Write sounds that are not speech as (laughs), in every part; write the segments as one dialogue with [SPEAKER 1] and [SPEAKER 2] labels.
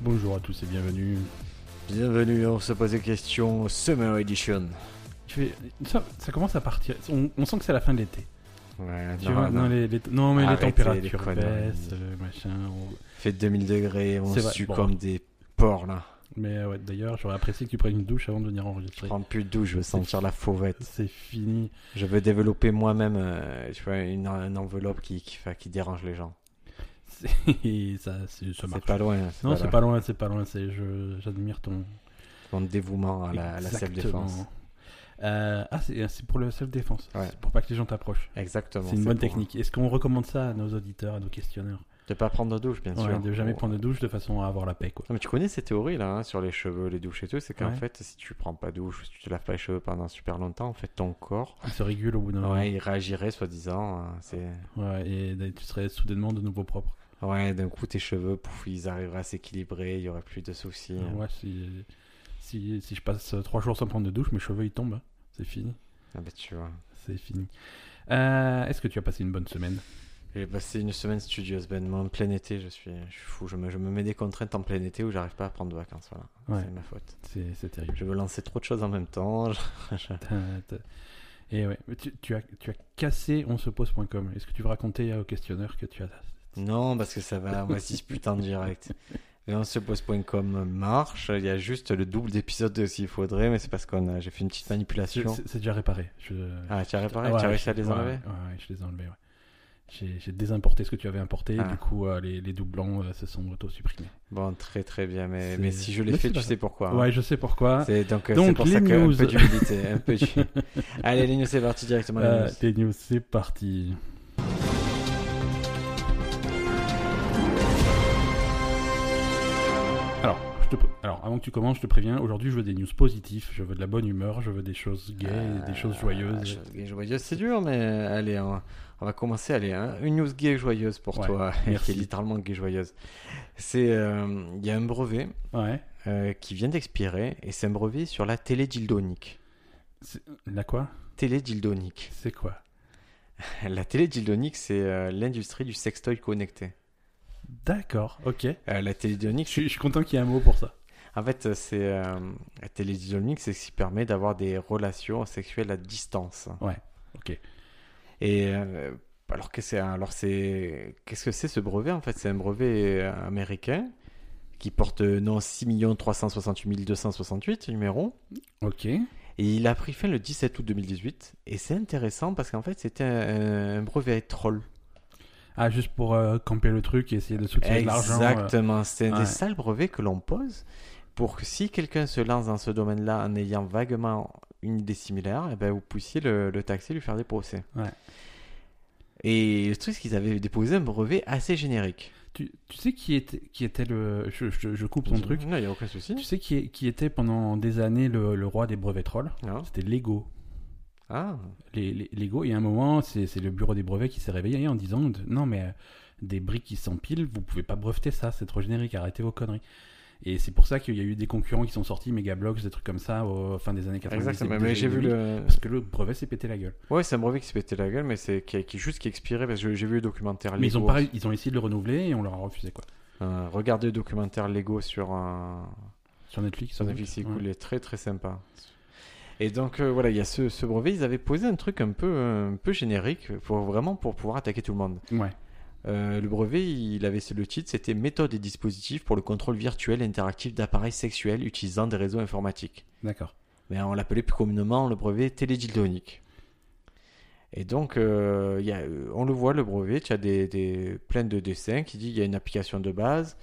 [SPEAKER 1] Bonjour à tous et bienvenue.
[SPEAKER 2] Bienvenue, on se pose des questions Summer Edition.
[SPEAKER 1] Tu fais- Ça, ça commence à partir. On, on sent que c'est la fin de l'été.
[SPEAKER 2] Ouais,
[SPEAKER 1] Tu
[SPEAKER 2] non,
[SPEAKER 1] vois,
[SPEAKER 2] non.
[SPEAKER 1] non, les, les- non, mais
[SPEAKER 2] Arrêtez
[SPEAKER 1] les
[SPEAKER 2] les
[SPEAKER 1] températures
[SPEAKER 2] conneries.
[SPEAKER 1] baissent, euh, machin. on-
[SPEAKER 2] Fait 2000 degrés, on
[SPEAKER 1] C'est vrai,
[SPEAKER 2] sue
[SPEAKER 1] bon.
[SPEAKER 2] comme des porcs là.
[SPEAKER 1] Mais euh, ouais, d'ailleurs, j'aurais apprécié que tu prennes une douche avant de venir
[SPEAKER 2] Je
[SPEAKER 1] enregistrer.
[SPEAKER 2] prends plus de douche, je veux sentir la fauvette.
[SPEAKER 1] C'est fini. (laughs)
[SPEAKER 2] Je veux développer moi-même, euh, tu vois, une, une enveloppe qui, qui, enfin, qui dérange les gens.
[SPEAKER 1] C'est- ça, c'est- ça
[SPEAKER 2] C'est
[SPEAKER 1] marche.
[SPEAKER 2] pas loin.
[SPEAKER 1] non, c'est pas loin, c'est pas loin. C'est, je, j'admire ton.
[SPEAKER 2] Mon dévouement à la, à la
[SPEAKER 1] Exactement.
[SPEAKER 2] self-défense.
[SPEAKER 1] Euh, ah, c'est, c'est pour le self-défense.
[SPEAKER 2] Ouais.
[SPEAKER 1] C'est pour pas que les gens t'approchent.
[SPEAKER 2] Exactement.
[SPEAKER 1] c'est une bonne
[SPEAKER 2] pour-
[SPEAKER 1] technique. Est-ce qu'on recommande ça à nos auditeurs, à nos questionneurs
[SPEAKER 2] De pas prendre de douche, bien
[SPEAKER 1] Ouais,
[SPEAKER 2] sûr.
[SPEAKER 1] De jamais
[SPEAKER 2] Oh.
[SPEAKER 1] prendre de douche de façon à avoir la paix, quoi.
[SPEAKER 2] Non, mais tu connais ces théories là hein, sur les cheveux, les douches et tout, c'est qu'en
[SPEAKER 1] Ouais.
[SPEAKER 2] fait, si tu prends pas de douche, si tu te laves pas les cheveux pendant super longtemps, en fait, ton corps
[SPEAKER 1] Il se régule au bout d'un moment.
[SPEAKER 2] Ouais, il réagirait soi-disant. hein, C'est
[SPEAKER 1] Ouais, et d- tu serais soudainement de nouveau propre.
[SPEAKER 2] ouais, d'un coup tes cheveux, pouf, ils arriveraient à s'équilibrer, il y aurait plus de soucis. hein.
[SPEAKER 1] Ouais, si, si, si je passe euh, trois jours sans prendre de douche, mes cheveux ils tombent. hein. C'est fini.
[SPEAKER 2] Ah bah tu vois.
[SPEAKER 1] C'est fini. Euh, Est-ce que tu as passé une bonne semaine
[SPEAKER 2] J'ai passé bah, une semaine studieuse, Ben. Moi, en plein été, je suis, je suis fou. Je me, je me mets des contraintes en plein été où j'arrive pas à prendre de vacances. Voilà,
[SPEAKER 1] Ouais.
[SPEAKER 2] c'est ma faute.
[SPEAKER 1] C'est c'est terrible. (laughs)
[SPEAKER 2] Je veux lancer trop de choses en même temps. je-
[SPEAKER 1] T'as- t'as- Et ouais, mais tu, tu as, tu as cassé onsepose.com. Est-ce que tu veux raconter euh, au questionneur que tu as
[SPEAKER 2] Non, parce que ça va, on va se disputer en direct. Et on se pose.com marche. Il y a juste le double d'épisode de s'il faudrait, mais c'est parce qu'on a, j'ai fait une petite
[SPEAKER 1] C'est
[SPEAKER 2] manipulation.
[SPEAKER 1] c'est- c'est déjà réparé. Je-
[SPEAKER 2] Ah, tu as réparé,
[SPEAKER 1] Ah ouais,
[SPEAKER 2] tu as réussi à les
[SPEAKER 1] ouais,
[SPEAKER 2] enlever.
[SPEAKER 1] ouais, ouais, je les ai enlevés, ouais. J'ai j'ai désimporté ce que tu avais importé,
[SPEAKER 2] Ah.
[SPEAKER 1] du coup euh, les, les doublons euh, se sont auto-supprimés.
[SPEAKER 2] Bon, très très bien, mais,
[SPEAKER 1] C'est-
[SPEAKER 2] mais si je l'ai
[SPEAKER 1] Mais
[SPEAKER 2] fait,
[SPEAKER 1] c'est
[SPEAKER 2] tu
[SPEAKER 1] pas
[SPEAKER 2] sais pourquoi. hein.
[SPEAKER 1] Ouais, je sais pourquoi.
[SPEAKER 2] C'est donc, euh,
[SPEAKER 1] Donc,
[SPEAKER 2] c'est pour ça
[SPEAKER 1] les
[SPEAKER 2] que
[SPEAKER 1] news.
[SPEAKER 2] un peu d'humilité, un peu.
[SPEAKER 1] (laughs)
[SPEAKER 2] d'hu- Allez, les news, c'est parti directement. les
[SPEAKER 1] Euh,
[SPEAKER 2] news.
[SPEAKER 1] les news, c'est parti. Alors, je te pr- Alors, avant que tu commences, je te préviens, aujourd'hui je veux des news positives, je veux de la bonne humeur, je veux des choses gaies,
[SPEAKER 2] Euh,
[SPEAKER 1] des choses joyeuses.
[SPEAKER 2] choses gaies, joyeuses, c'est dur, mais euh, allez, on, on va commencer. Allez, hein, une news gay et joyeuse pour
[SPEAKER 1] Ouais,
[SPEAKER 2] toi, (laughs)
[SPEAKER 1] merci.
[SPEAKER 2] qui est littéralement gay et joyeuse. C'est, euh, il y a un brevet
[SPEAKER 1] Ouais.
[SPEAKER 2] euh, qui vient d'expirer, et c'est un brevet sur la télédildonique.
[SPEAKER 1] C'est- La quoi
[SPEAKER 2] Télédildonique.
[SPEAKER 1] C'est quoi
[SPEAKER 2] (laughs) La télédildonique, c'est euh, l'industrie du sextoy connecté.
[SPEAKER 1] D'accord, ok.
[SPEAKER 2] Euh, la télédildonique,
[SPEAKER 1] Je suis, je suis content qu'il y ait un mot pour ça.
[SPEAKER 2] En fait, euh, c'est euh, la télédynamique, c'est ce qui permet d'avoir des relations sexuelles à distance.
[SPEAKER 1] Ouais, ok.
[SPEAKER 2] Et euh, alors que c'est alors c'est qu'est-ce que c'est ce brevet en fait C'est un brevet euh, américain qui porte euh, non 6 368 268 numéro.
[SPEAKER 1] Ok.
[SPEAKER 2] Et il a pris fin le 17 août 2018. Et c'est intéressant parce qu'en fait, c'était un, un brevet à troll.
[SPEAKER 1] Ah, juste pour euh, camper le truc et essayer de soutirer de l'argent. euh,
[SPEAKER 2] Exactement, c'est
[SPEAKER 1] ouais.
[SPEAKER 2] des sales brevets que l'on pose pour que si quelqu'un se lance dans ce domaine-là en ayant vaguement une idée similaire, eh ben vous puissiez le, le taxer, lui faire des procès.
[SPEAKER 1] Ouais.
[SPEAKER 2] Et le truc, c'est qu'ils avaient déposé un brevet assez générique.
[SPEAKER 1] tu, tu sais qui était, qui était le. Je, je- je coupe ton truc.
[SPEAKER 2] Non, il n'y a aucun souci.
[SPEAKER 1] Tu sais qui, est- qui était pendant des années le, le roi des brevets trolls
[SPEAKER 2] Non.
[SPEAKER 1] C'était Lego.
[SPEAKER 2] Ah,
[SPEAKER 1] Les, les- Lego, il y a un moment, c'est c'est le bureau des brevets qui s'est réveillé en disant de- Non, mais euh, des briques qui s'empilent, vous pouvez pas breveter ça, c'est trop générique, arrêtez vos conneries. Et c'est pour ça qu'il y a eu des concurrents qui sont sortis, Megablocks, des trucs comme ça, au fin des années 90.
[SPEAKER 2] exactement.
[SPEAKER 1] début
[SPEAKER 2] Mais
[SPEAKER 1] des
[SPEAKER 2] j'ai vu
[SPEAKER 1] 2000,
[SPEAKER 2] le.
[SPEAKER 1] Parce que le brevet s'est pété la gueule.
[SPEAKER 2] Ouais, c'est un brevet qui se pétait la gueule, mais c'est qui, qui- juste qui expirait parce que j'ai vu le documentaire
[SPEAKER 1] Mais ils
[SPEAKER 2] Ah, Lego.
[SPEAKER 1] ont, pas- ils ont essayé de le renouveler et on leur a refusé quoi.
[SPEAKER 2] Euh, regardez le documentaire Lego sur un.
[SPEAKER 1] Sur Netflix
[SPEAKER 2] Sur
[SPEAKER 1] sans doute.
[SPEAKER 2] Netflix, c'est cool,
[SPEAKER 1] Ouais.
[SPEAKER 2] il est très très sympa. Et donc euh, voilà, il y a ce, ce brevet, ils avaient posé un truc un peu, un peu générique pour vraiment pour pouvoir attaquer tout le monde.
[SPEAKER 1] Ouais.
[SPEAKER 2] Euh, le brevet, il avait le titre, c'était méthode et dispositifs pour le contrôle virtuel et interactif d'appareils sexuels utilisant des réseaux informatiques.
[SPEAKER 1] d'accord.
[SPEAKER 2] Mais on l'appelait plus communément le brevet télédildonique. Et donc, euh, il y a- euh, on le voit, le brevet, tu as des, des, plein de dessins qui dit il y a une application de base,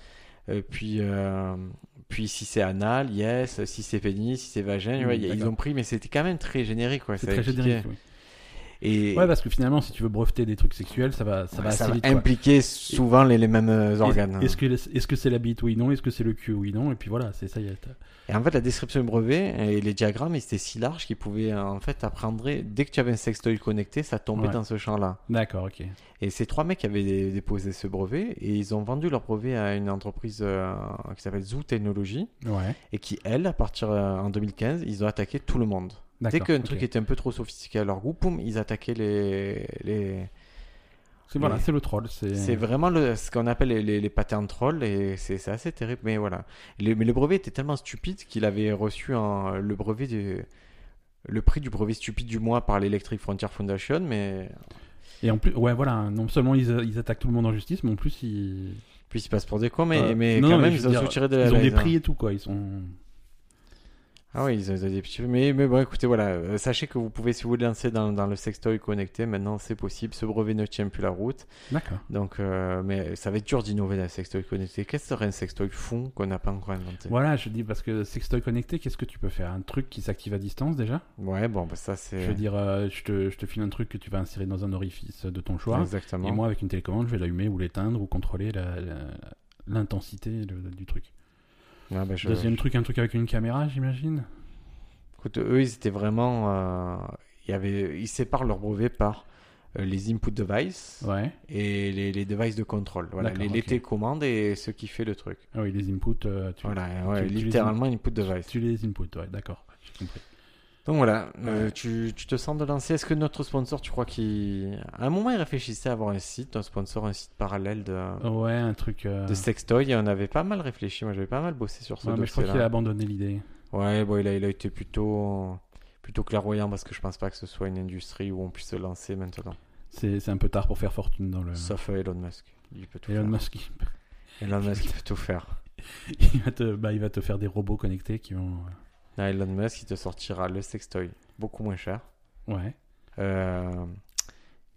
[SPEAKER 2] euh, puis, euh, puis si c'est anal, yes, si c'est pénis, si c'est vagin,
[SPEAKER 1] Mm,
[SPEAKER 2] ouais, il y a- ils
[SPEAKER 1] d'accord.
[SPEAKER 2] ont pris, mais c'était quand même très générique. quoi,
[SPEAKER 1] C'est
[SPEAKER 2] ça
[SPEAKER 1] très
[SPEAKER 2] impliquait-
[SPEAKER 1] générique. oui.
[SPEAKER 2] Et
[SPEAKER 1] Ouais, parce que finalement, si tu veux breveter des trucs sexuels, ça va, ça
[SPEAKER 2] ouais,
[SPEAKER 1] va assez vite. quoi.
[SPEAKER 2] impliquer souvent les, les mêmes euh, organes.
[SPEAKER 1] Est-ce que est-ce que c'est la bite oui non Est-ce que c'est le cul oui non Et puis voilà, c'est ça y est. t'as-
[SPEAKER 2] Et en fait, la description du brevet et les diagrammes, ils étaient si larges qu'ils pouvaient euh, en fait apprendre. Dès que tu avais un sextoy connecté, ça tombait
[SPEAKER 1] Ouais.
[SPEAKER 2] dans ce champ-là.
[SPEAKER 1] D'accord, ok.
[SPEAKER 2] Et ces trois mecs avaient dé- déposé ce brevet et ils ont vendu leur brevet à une entreprise euh, qui s'appelle Zoo Technology
[SPEAKER 1] Ouais.
[SPEAKER 2] et qui, elle, à partir euh, en 2015, ils ont attaqué tout le monde. Dès
[SPEAKER 1] D'accord.
[SPEAKER 2] qu'un
[SPEAKER 1] ok.
[SPEAKER 2] truc était un peu trop sophistiqué à leur goût, poum, ils attaquaient les, les,
[SPEAKER 1] C'est voilà,
[SPEAKER 2] Mais-
[SPEAKER 1] c'est le troll. C'est
[SPEAKER 2] C'est vraiment le- ce qu'on appelle les, les, les patterns trolls et c'est c'est assez terrible. Mais voilà. Le- mais le brevet était tellement stupide qu'il avait reçu un- le brevet du- le prix du brevet stupide du mois par l'Electric Frontier Foundation. Mais
[SPEAKER 1] Et en plus, ouais, voilà, non seulement ils, ils attaquent tout le monde en justice, mais en plus ils,
[SPEAKER 2] puis il passe pour des cons, mais,
[SPEAKER 1] Euh,
[SPEAKER 2] mais
[SPEAKER 1] non,
[SPEAKER 2] quand
[SPEAKER 1] mais
[SPEAKER 2] même,
[SPEAKER 1] je
[SPEAKER 2] ils
[SPEAKER 1] veux
[SPEAKER 2] ont
[SPEAKER 1] dire,
[SPEAKER 2] soutiré de la hein.
[SPEAKER 1] ils ont des
[SPEAKER 2] laser.
[SPEAKER 1] prix et tout, quoi. Ils sont.
[SPEAKER 2] Ah oui, ils ont ils ont des petits. Mais, mais bon, écoutez, voilà. euh, Sachez que vous pouvez, si vous voulez lancer dans, dans le sextoy connecté, maintenant c'est possible. Ce brevet ne tient plus la route.
[SPEAKER 1] D'accord.
[SPEAKER 2] Donc, euh, mais ça va être dur d'innover dans le sextoy connecté. Qu'est-ce que serait un sextoy fond qu'on n'a pas encore inventé
[SPEAKER 1] Voilà, je dis parce que sextoy connecté, qu'est-ce que tu peux faire Un truc qui s'active à distance déjà
[SPEAKER 2] Ouais, bon, bah, ça
[SPEAKER 1] Je veux
[SPEAKER 2] c'est.
[SPEAKER 1] dire, euh, je, te, je te file un truc que tu vas insérer dans un orifice de ton choix.
[SPEAKER 2] Exactement.
[SPEAKER 1] Et moi, avec une télécommande, je vais l'allumer ou l'éteindre ou contrôler la- la- l'intensité le- du truc.
[SPEAKER 2] Ah, bah, je-
[SPEAKER 1] Deuxième truc, un truc avec une caméra, j'imagine
[SPEAKER 2] Écoute, eux, ils étaient vraiment. euh, il y avait... Ils séparent leur brevet par euh, les input devices
[SPEAKER 1] Ouais.
[SPEAKER 2] et les, les devices de contrôle. Voilà,
[SPEAKER 1] D'accord,
[SPEAKER 2] les, les
[SPEAKER 1] ok.
[SPEAKER 2] télécommandes et ce qui fait le truc.
[SPEAKER 1] Ah oui, les inputs. euh, tu,
[SPEAKER 2] Voilà, ouais,
[SPEAKER 1] tu- tu les-
[SPEAKER 2] littéralement input device.
[SPEAKER 1] tu les inputs, ouais, d'accord. J'ai compris.
[SPEAKER 2] Donc voilà, euh, tu, tu te sens de lancer. Est-ce que notre sponsor, tu crois qu'il. À un moment, il réfléchissait à avoir un site, un sponsor, un site parallèle de,
[SPEAKER 1] Ouais, un truc. euh,
[SPEAKER 2] de Sextoy et on avait pas mal réfléchi. Moi, j'avais pas mal bossé sur ce
[SPEAKER 1] ouais, mais je crois qu'il a
[SPEAKER 2] dossier-là.
[SPEAKER 1] abandonné l'idée.
[SPEAKER 2] Ouais, bon, il a, il a été plutôt, plutôt clairvoyant parce que je pense pas que ce soit une industrie où on puisse se lancer maintenant.
[SPEAKER 1] C'est c'est un peu tard pour faire fortune dans le.
[SPEAKER 2] Sauf euh, Elon Musk. Il peut tout
[SPEAKER 1] Elon
[SPEAKER 2] faire.
[SPEAKER 1] Musk, (laughs) il-
[SPEAKER 2] Elon Musk, il peut tout faire.
[SPEAKER 1] il va, te, bah, il va te faire des robots connectés qui vont.
[SPEAKER 2] Non, Elon Musk, il te sortira le Sextoy, beaucoup moins cher,
[SPEAKER 1] Ouais,
[SPEAKER 2] euh,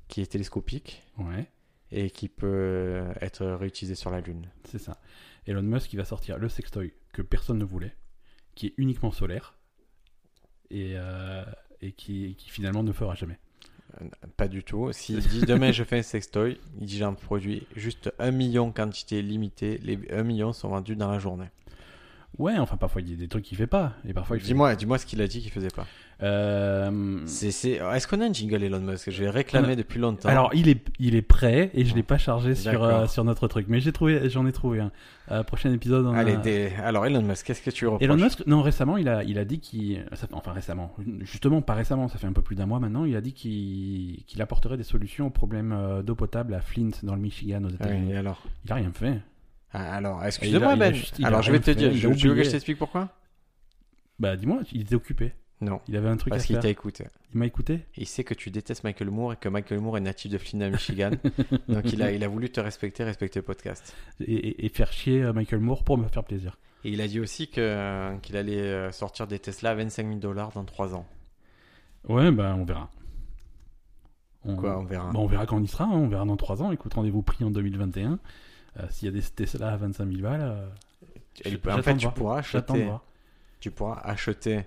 [SPEAKER 2] qui est télescopique
[SPEAKER 1] ouais,
[SPEAKER 2] et qui peut euh, être réutilisé sur la Lune.
[SPEAKER 1] c'est ça. Elon Musk, il va sortir le sextoy que personne ne voulait, qui est uniquement solaire, et, euh, et qui, qui finalement ne fera jamais.
[SPEAKER 2] Pas du tout. S'il dit demain je fais un sextoy, il dit j'en produis juste un million quantité limitée. Les 1 million sont vendus dans la journée.
[SPEAKER 1] Ouais, enfin, parfois il y a des trucs qu'il fait pas, et parfois il fait.
[SPEAKER 2] Dis-moi, dis-moi ce qu'il a dit qu'il faisait pas.
[SPEAKER 1] Euh,
[SPEAKER 2] C'est, c'est... oh, Est-ce qu'on a un jingle Elon Musk Je l'ai réclamé depuis longtemps.
[SPEAKER 1] Alors il est, il est prêt et je l'ai pas chargé sur,
[SPEAKER 2] D'accord.
[SPEAKER 1] euh, sur notre truc, mais j'ai trouvé, j'en ai trouvé un. Euh, prochain épisode. On
[SPEAKER 2] Allez,
[SPEAKER 1] a-
[SPEAKER 2] des- alors Elon Musk, qu'est-ce que tu reproches
[SPEAKER 1] Elon Musk, non, récemment, il a, il a dit qu'il. ça fait- Enfin, récemment. Justement, pas récemment, ça fait un peu plus d'un mois maintenant. Il a dit qu'il qu'il apporterait des solutions au problème euh, d'eau potable à Flint, dans le Michigan, aux
[SPEAKER 2] Ah oui,
[SPEAKER 1] États-Unis.
[SPEAKER 2] et alors
[SPEAKER 1] Il a rien fait.
[SPEAKER 2] Ah, Alors,
[SPEAKER 1] Il a-
[SPEAKER 2] excuse-moi
[SPEAKER 1] il a
[SPEAKER 2] Ben.
[SPEAKER 1] juste- il a
[SPEAKER 2] alors, je vais te
[SPEAKER 1] rien
[SPEAKER 2] dire,
[SPEAKER 1] fait, il
[SPEAKER 2] je,
[SPEAKER 1] a
[SPEAKER 2] tu veux que
[SPEAKER 1] oublié.
[SPEAKER 2] je t'explique pourquoi
[SPEAKER 1] Bah, dis-moi, il était occupé.
[SPEAKER 2] Non,
[SPEAKER 1] Il avait un truc
[SPEAKER 2] parce
[SPEAKER 1] à
[SPEAKER 2] qu'il
[SPEAKER 1] faire.
[SPEAKER 2] t'a écouté.
[SPEAKER 1] Il m'a écouté
[SPEAKER 2] Il sait que tu détestes Michael Moore et que Michael Moore est natif de Flint,
[SPEAKER 1] (laughs)
[SPEAKER 2] à Michigan. donc, il a, il a voulu te respecter, respecter le podcast.
[SPEAKER 1] et, et- et faire chier euh, Michael Moore pour me faire plaisir.
[SPEAKER 2] Et il a dit aussi que, qu'il allait euh, sortir des Tesla à 25 000 dollars dans 3 ans.
[SPEAKER 1] Ouais, bah, on verra. On,
[SPEAKER 2] Quoi, on verra.
[SPEAKER 1] bah, on verra quand on y sera. hein. On verra dans 3 ans. Écoute, rendez-vous pris en 2021. Euh, S'il y a des Tesla à 25 000 balles, euh,
[SPEAKER 2] Et
[SPEAKER 1] je-
[SPEAKER 2] en
[SPEAKER 1] j'attends
[SPEAKER 2] fait,
[SPEAKER 1] de
[SPEAKER 2] tu
[SPEAKER 1] voir.
[SPEAKER 2] pourras
[SPEAKER 1] j'attends de
[SPEAKER 2] acheter,
[SPEAKER 1] voir.
[SPEAKER 2] tu pourras acheter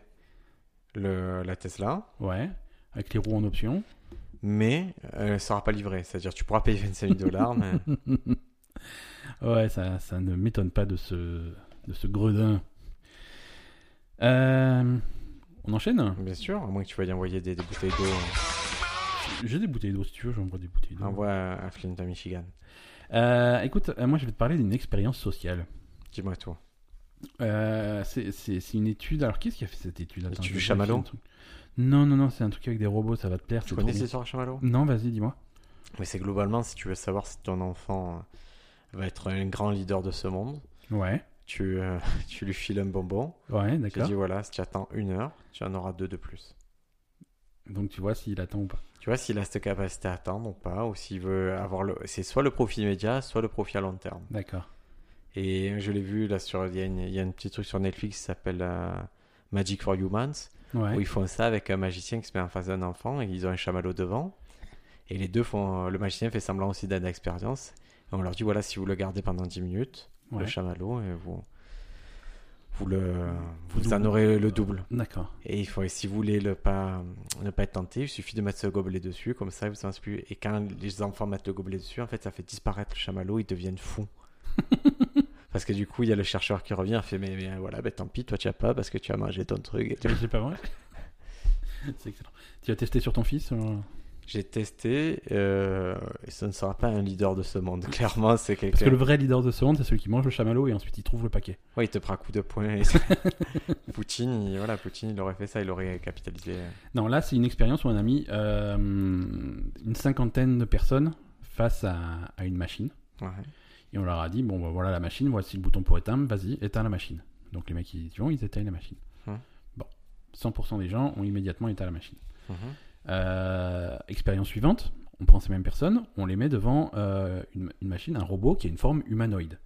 [SPEAKER 2] le, la Tesla.
[SPEAKER 1] Ouais, avec les roues en option.
[SPEAKER 2] mais euh, elle ne sera pas livrée. C'est-à-dire tu pourras payer 25 000
[SPEAKER 1] (laughs)
[SPEAKER 2] dollars, mais (laughs)
[SPEAKER 1] Ouais, ça, ça ne m'étonne pas de ce, de ce gredin. Euh, on enchaîne
[SPEAKER 2] bien sûr, à moins que tu vas y envoyer des, des bouteilles d'eau. euh,
[SPEAKER 1] J'ai des bouteilles d'eau si tu veux, j'envoie des bouteilles d'eau.
[SPEAKER 2] Envoie à à Flint, à Michigan.
[SPEAKER 1] Euh, écoute, euh, moi je vais te parler d'une expérience sociale.
[SPEAKER 2] Dis-moi tout.
[SPEAKER 1] Euh, c'est- c'est c'est une étude. Alors, qu'est-ce qui a fait cette étude Attends,
[SPEAKER 2] L'étude
[SPEAKER 1] je
[SPEAKER 2] du
[SPEAKER 1] vais
[SPEAKER 2] chamallow
[SPEAKER 1] vérifier un truc. Non, non, non, c'est un truc avec des robots, ça va te plaire.
[SPEAKER 2] Tu
[SPEAKER 1] c'est Mm.
[SPEAKER 2] connais
[SPEAKER 1] trop
[SPEAKER 2] cette histoire, Chamallow
[SPEAKER 1] bien. Non, vas-y, dis-moi.
[SPEAKER 2] Mais c'est globalement, si tu veux savoir si ton enfant euh, va être un grand leader de ce monde,
[SPEAKER 1] Ouais,
[SPEAKER 2] tu, euh, (laughs) tu lui files un bonbon.
[SPEAKER 1] ouais,
[SPEAKER 2] Tu
[SPEAKER 1] d'accord.
[SPEAKER 2] dis voilà, si tu attends une heure, tu en auras deux de plus.
[SPEAKER 1] Donc, tu vois s'il attend ou pas.
[SPEAKER 2] Tu vois s'il a cette capacité à attendre ou pas, ou s'il veut avoir le. C'est soit le profit immédiat, soit le profit à long terme.
[SPEAKER 1] D'accord.
[SPEAKER 2] Et je l'ai vu là sur. Il y, a une- il y a un petit truc sur Netflix qui s'appelle euh, Magic for Humans.
[SPEAKER 1] Ouais.
[SPEAKER 2] où ils font ça avec un magicien qui se met en face d'un enfant et ils ont un chamallow devant. Et les deux font. Le magicien fait semblant aussi d'un expérience. Et on leur dit voilà, si vous le gardez pendant 10 minutes,
[SPEAKER 1] ouais.
[SPEAKER 2] le chamallow, et vous. Vous, le, vous, en
[SPEAKER 1] double.
[SPEAKER 2] aurez le double.
[SPEAKER 1] D'accord.
[SPEAKER 2] Et, il faut, et si vous voulez le pas, euh, ne pas être tenté, il suffit de mettre ce gobelet dessus, comme ça, vous en savez plus. Et quand les enfants mettent le gobelet dessus, en fait, ça fait disparaître le chamallow, ils
[SPEAKER 1] (laughs)
[SPEAKER 2] deviennent fous. parce que du coup, il y a le chercheur qui revient, il fait Mais, mais voilà, ben, tant pis, toi, tu as pas parce que tu as mangé ton truc. Et tout.
[SPEAKER 1] C'est pas vrai (laughs) C'est excellent. Tu as testé sur ton fils euh,
[SPEAKER 2] J'ai testé, euh, et ce ne sera pas un leader de ce monde. (laughs) Clairement, c'est quelqu'un.
[SPEAKER 1] Parce que le vrai leader de ce monde, c'est celui qui mange le chamallow et ensuite il trouve le paquet.
[SPEAKER 2] Ouais, il te prend un coup de poing.
[SPEAKER 1] (laughs)
[SPEAKER 2] (laughs) et- Poutine, il- voilà, Poutine, il aurait fait ça, il aurait capitalisé.
[SPEAKER 1] Non, là, c'est une expérience où on a mis euh, une cinquantaine de personnes face à, à une machine.
[SPEAKER 2] Ouais.
[SPEAKER 1] Et on leur a dit, bon, bah, voilà la machine, voici le bouton pour éteindre, vas-y, éteins la machine. Donc les mecs, ils y vont, ils éteignent la machine.
[SPEAKER 2] Mhm.
[SPEAKER 1] Bon, 100% des gens ont immédiatement éteint la machine.
[SPEAKER 2] Mhm.
[SPEAKER 1] Euh, expérience suivante, on prend ces mêmes personnes, on les met devant euh, une, une machine, un robot qui a une forme humanoïde.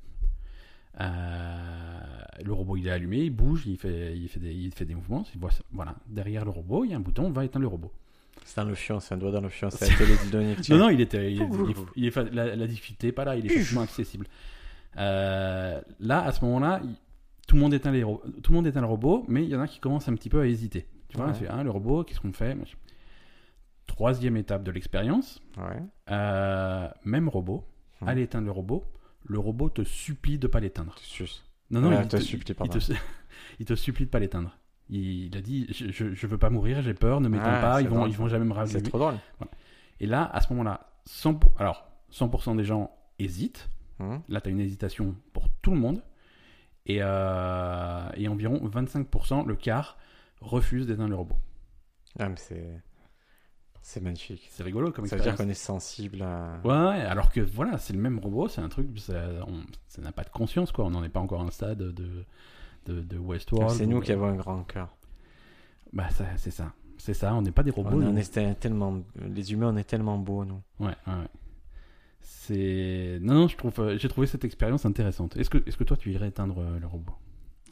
[SPEAKER 1] Euh, le robot il est allumé, il bouge, il fait, il fait, des, il fait des mouvements. il voit ça. Voilà, derrière le robot, il y a un bouton, va éteindre le robot.
[SPEAKER 2] C'est dans le fion, c'est un doigt dans le fion,
[SPEAKER 1] (laughs)
[SPEAKER 2] c'est la télé dildonique.
[SPEAKER 1] Non, non, il était. il-
[SPEAKER 2] Ouh.
[SPEAKER 1] il- il est fa- la, la difficulté est pas là, il est facilement accessible. Euh, là, à ce moment-là, il- tout le monde éteint les ro- tout le monde éteint le robot, mais il y en a qui commencent un petit peu à hésiter. Tu vois,
[SPEAKER 2] Ouais.
[SPEAKER 1] c'est, hein, le robot, qu'est-ce qu'on fait Moi, je- Troisième étape de l'expérience,
[SPEAKER 2] Ouais.
[SPEAKER 1] euh, même robot,
[SPEAKER 2] Hmm.
[SPEAKER 1] allez éteindre le robot. Le robot te supplie de pas l'éteindre.
[SPEAKER 2] Tu suces.
[SPEAKER 1] Non, non,
[SPEAKER 2] Ouais,
[SPEAKER 1] il,
[SPEAKER 2] te
[SPEAKER 1] te,
[SPEAKER 2] supplie,
[SPEAKER 1] il,
[SPEAKER 2] pardon.
[SPEAKER 1] te, (laughs) il te supplie de pas l'éteindre. Il, il a dit, je, je, je veux pas mourir, j'ai peur, ne m'éteins
[SPEAKER 2] Ah,
[SPEAKER 1] pas,
[SPEAKER 2] c'est
[SPEAKER 1] ils vont,
[SPEAKER 2] drôle.
[SPEAKER 1] ils vont jamais me
[SPEAKER 2] C'est
[SPEAKER 1] raviver.
[SPEAKER 2] trop drôle.
[SPEAKER 1] Et là, à ce moment-là, 100%, alors, 100% des gens hésitent.
[SPEAKER 2] Mhm.
[SPEAKER 1] Là, tu as une hésitation pour tout le monde. Et, euh, et environ 25%, le quart, refuse d'éteindre le robot.
[SPEAKER 2] Ah, mais c'est. C'est magnifique.
[SPEAKER 1] C'est rigolo comme
[SPEAKER 2] Ça veut dire
[SPEAKER 1] expérience.
[SPEAKER 2] qu'on est sensible à.
[SPEAKER 1] Ouais, alors que voilà, c'est le même robot, c'est un truc, ça on- ça n'a pas de conscience, quoi. On n'en est pas encore à un stade de, de, de Westworld.
[SPEAKER 2] c'est nous qui
[SPEAKER 1] avons.
[SPEAKER 2] avons un grand cœur.
[SPEAKER 1] Bah, ça- c'est ça. C'est ça, on n'est pas des robots.
[SPEAKER 2] On,
[SPEAKER 1] nous.
[SPEAKER 2] on est tellement... Les humains, on est tellement beaux, nous.
[SPEAKER 1] Ouais, ouais, ouais. C'est. Non, non, je trouve, euh, j'ai trouvé cette expérience intéressante. Est-ce que, est-ce que toi, tu irais éteindre euh, le robot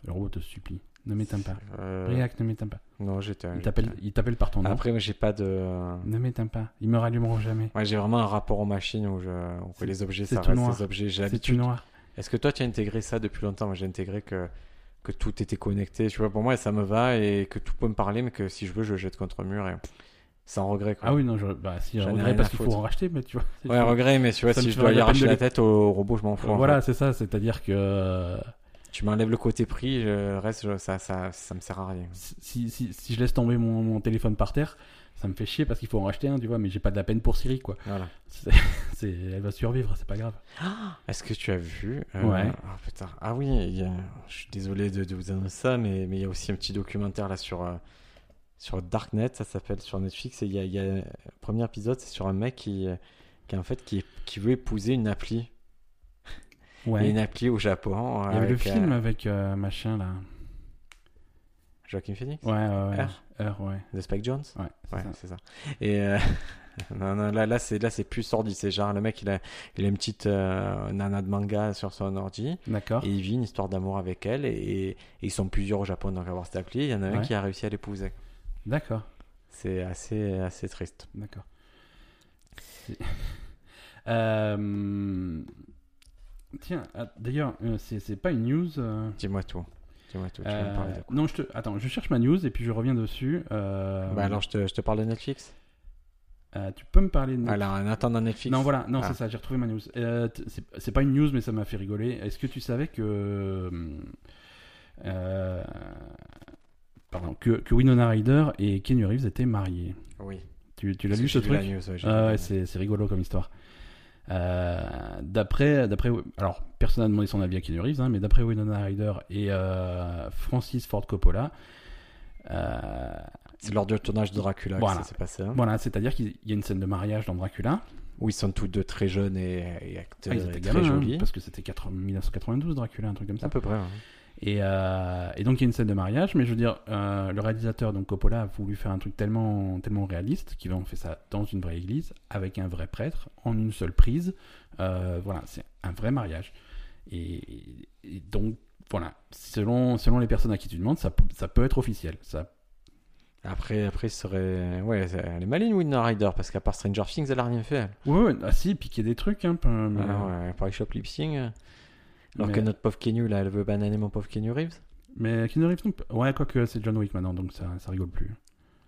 [SPEAKER 1] Le robot te supplie. Ne m'éteins pas.
[SPEAKER 2] Euh,
[SPEAKER 1] Réac, ne m'éteins pas.
[SPEAKER 2] Non, j'étais.
[SPEAKER 1] Il t'appelle, il t'appelle par ton nom.
[SPEAKER 2] Après, moi, j'ai pas de.
[SPEAKER 1] Ne m'éteins pas. Ils me rallumeront jamais.
[SPEAKER 2] Ouais, j'ai vraiment un rapport aux machines où, je... où
[SPEAKER 1] C'est-
[SPEAKER 2] les objets,
[SPEAKER 1] c'est
[SPEAKER 2] ça
[SPEAKER 1] tout
[SPEAKER 2] reste
[SPEAKER 1] noir.
[SPEAKER 2] des objets. J'ai
[SPEAKER 1] C'est
[SPEAKER 2] l'habitude.
[SPEAKER 1] tout noir.
[SPEAKER 2] Est-ce que toi, tu as intégré ça depuis longtemps Moi, j'ai intégré que, que tout était connecté. Tu vois, pour moi, ça me va et que tout peut me parler, mais que si je veux, je jette contre le mur et sans regret. Quoi.
[SPEAKER 1] Ah oui, non, je... bah si,
[SPEAKER 2] J'en ai
[SPEAKER 1] on
[SPEAKER 2] rien
[SPEAKER 1] dirait
[SPEAKER 2] à
[SPEAKER 1] parce qu'il faut
[SPEAKER 2] foutre.
[SPEAKER 1] en racheter, mais tu vois. c'est-
[SPEAKER 2] Ouais, regret, mais tu vois,
[SPEAKER 1] Ça me
[SPEAKER 2] si je
[SPEAKER 1] ferait
[SPEAKER 2] dois y
[SPEAKER 1] la peine
[SPEAKER 2] arracher
[SPEAKER 1] de
[SPEAKER 2] la
[SPEAKER 1] lui-
[SPEAKER 2] tête au robot, je m'en fous. en
[SPEAKER 1] voilà, c'est ça. C'est-à-dire que euh,
[SPEAKER 2] fait. Tu m'enlèves le côté prix, je reste, je- ça, ça, ça me sert à rien.
[SPEAKER 1] si, si, si je laisse tomber mon, mon téléphone par terre, ça me fait chier parce qu'il faut en racheter un, tu vois. Mais j'ai pas de la peine pour Siri, quoi. (laughs) (gasps)
[SPEAKER 2] Voilà.
[SPEAKER 1] C'est... c'est- Elle va survivre, c'est pas grave.
[SPEAKER 2] Est-ce que tu as vu euh,
[SPEAKER 1] Ouais.
[SPEAKER 2] ah, putain. Ah oui, il y a- je suis désolé de, de vous annoncer ça, mais mais il y a aussi un petit documentaire là sur, euh, sur Darknet, ça s'appelle sur Netflix. Et il y a, il y a- le premier épisode, c'est sur un mec qui, euh, qui en fait qui, qui veut épouser une appli.
[SPEAKER 1] Ouais.
[SPEAKER 2] Et une appli au Japon.
[SPEAKER 1] Il y avait le
[SPEAKER 2] avec,
[SPEAKER 1] film
[SPEAKER 2] euh,
[SPEAKER 1] avec euh, machin là.
[SPEAKER 2] Joaquin Phoenix
[SPEAKER 1] Ouais, ouais, ouais.
[SPEAKER 2] R.
[SPEAKER 1] R, ouais.
[SPEAKER 2] de Spike Jones.
[SPEAKER 1] Ouais, c'est
[SPEAKER 2] Ouais,
[SPEAKER 1] ça.
[SPEAKER 2] c'est ça. Et euh, (laughs) non, non, là, là, c'est là, c'est plus sordide. C'est genre le mec, il a, il a une petite euh, nana de manga sur son ordi.
[SPEAKER 1] D'accord.
[SPEAKER 2] Et il vit une histoire d'amour avec elle. Et, et ils sont plusieurs au Japon donc à avoir cette appli. Il y en a un
[SPEAKER 1] Ouais.
[SPEAKER 2] qui a réussi à l'épouser.
[SPEAKER 1] D'accord,
[SPEAKER 2] C'est assez, assez triste.
[SPEAKER 1] d'accord. C'est- (laughs) Euh, Tiens, ah, d'ailleurs, euh, c'est c'est pas une news. euh,
[SPEAKER 2] Dis-moi tout. Dis-moi tout. Tu veux me
[SPEAKER 1] euh,
[SPEAKER 2] parler de quoi
[SPEAKER 1] non, je te... attends, je cherche ma news et puis je reviens dessus. euh,
[SPEAKER 2] Bah alors, je te, je te parle de Netflix.
[SPEAKER 1] euh, tu peux me parler de Netflix
[SPEAKER 2] Alors, en attendant Netflix.
[SPEAKER 1] Non, voilà, non,
[SPEAKER 2] Ah.
[SPEAKER 1] c'est ça, j'ai retrouvé ma news. Euh, t- c'est- c'est pas une news, mais ça m'a fait rigoler. Est-ce que tu savais que. euh, pardon, que, que Winona Ryder et Keanu Reeves étaient mariés
[SPEAKER 2] Oui.
[SPEAKER 1] Tu, tu l'as
[SPEAKER 2] Parce
[SPEAKER 1] lu
[SPEAKER 2] que
[SPEAKER 1] ce
[SPEAKER 2] j'ai vu la
[SPEAKER 1] truc
[SPEAKER 2] news, ouais, j'ai
[SPEAKER 1] Ah
[SPEAKER 2] vu.
[SPEAKER 1] ouais, c'est c'est rigolo comme histoire. Euh, d'après, d'après, alors personne n'a demandé son avis à Keanu Reeves, hein, mais d'après Winona Ryder et euh, Francis Ford Coppola, euh,
[SPEAKER 2] C'est lors du tournage de Dracula
[SPEAKER 1] Voilà.
[SPEAKER 2] que ça s'est passé. hein,
[SPEAKER 1] voilà, c'est-à-dire qu'il y a une scène de mariage dans Dracula.
[SPEAKER 2] Où ils sont tous deux très jeunes et, et acteurs
[SPEAKER 1] Ah, ils
[SPEAKER 2] et
[SPEAKER 1] étaient
[SPEAKER 2] très
[SPEAKER 1] gamins, hein,
[SPEAKER 2] jolis.
[SPEAKER 1] parce que c'était 80 1992 Dracula, un truc comme ça.
[SPEAKER 2] À peu près. ouais.
[SPEAKER 1] Et, euh, et donc il y a une scène de mariage, mais je veux dire, euh, le réalisateur, donc Coppola, a voulu faire un truc tellement, tellement réaliste qu'il on fait ça dans une vraie église, avec un vrai prêtre, en une seule prise. Euh, voilà, c'est un vrai mariage. Et, et donc, voilà, selon, selon les personnes à qui tu demandes, ça, peut- ça peut être officiel. Ça,
[SPEAKER 2] Après, après, ce serait. Ouais, c'est- elle est maligne, Winona Ryder, parce qu'à part Stranger Things, elle a rien fait. elle.
[SPEAKER 1] ouais, ouais, ah si, piquer des trucs, hein, peu- mais,
[SPEAKER 2] Ah ouais, elle Paris Shop Lip Sync. euh. Alors
[SPEAKER 1] mais-
[SPEAKER 2] que notre pauvre Kenyu, là, elle veut bananer mon pauvre Kenyu Reeves.
[SPEAKER 1] mais Keanu Reeves, non p- ouais, quoique c'est John Wick maintenant, donc ça, ça rigole plus.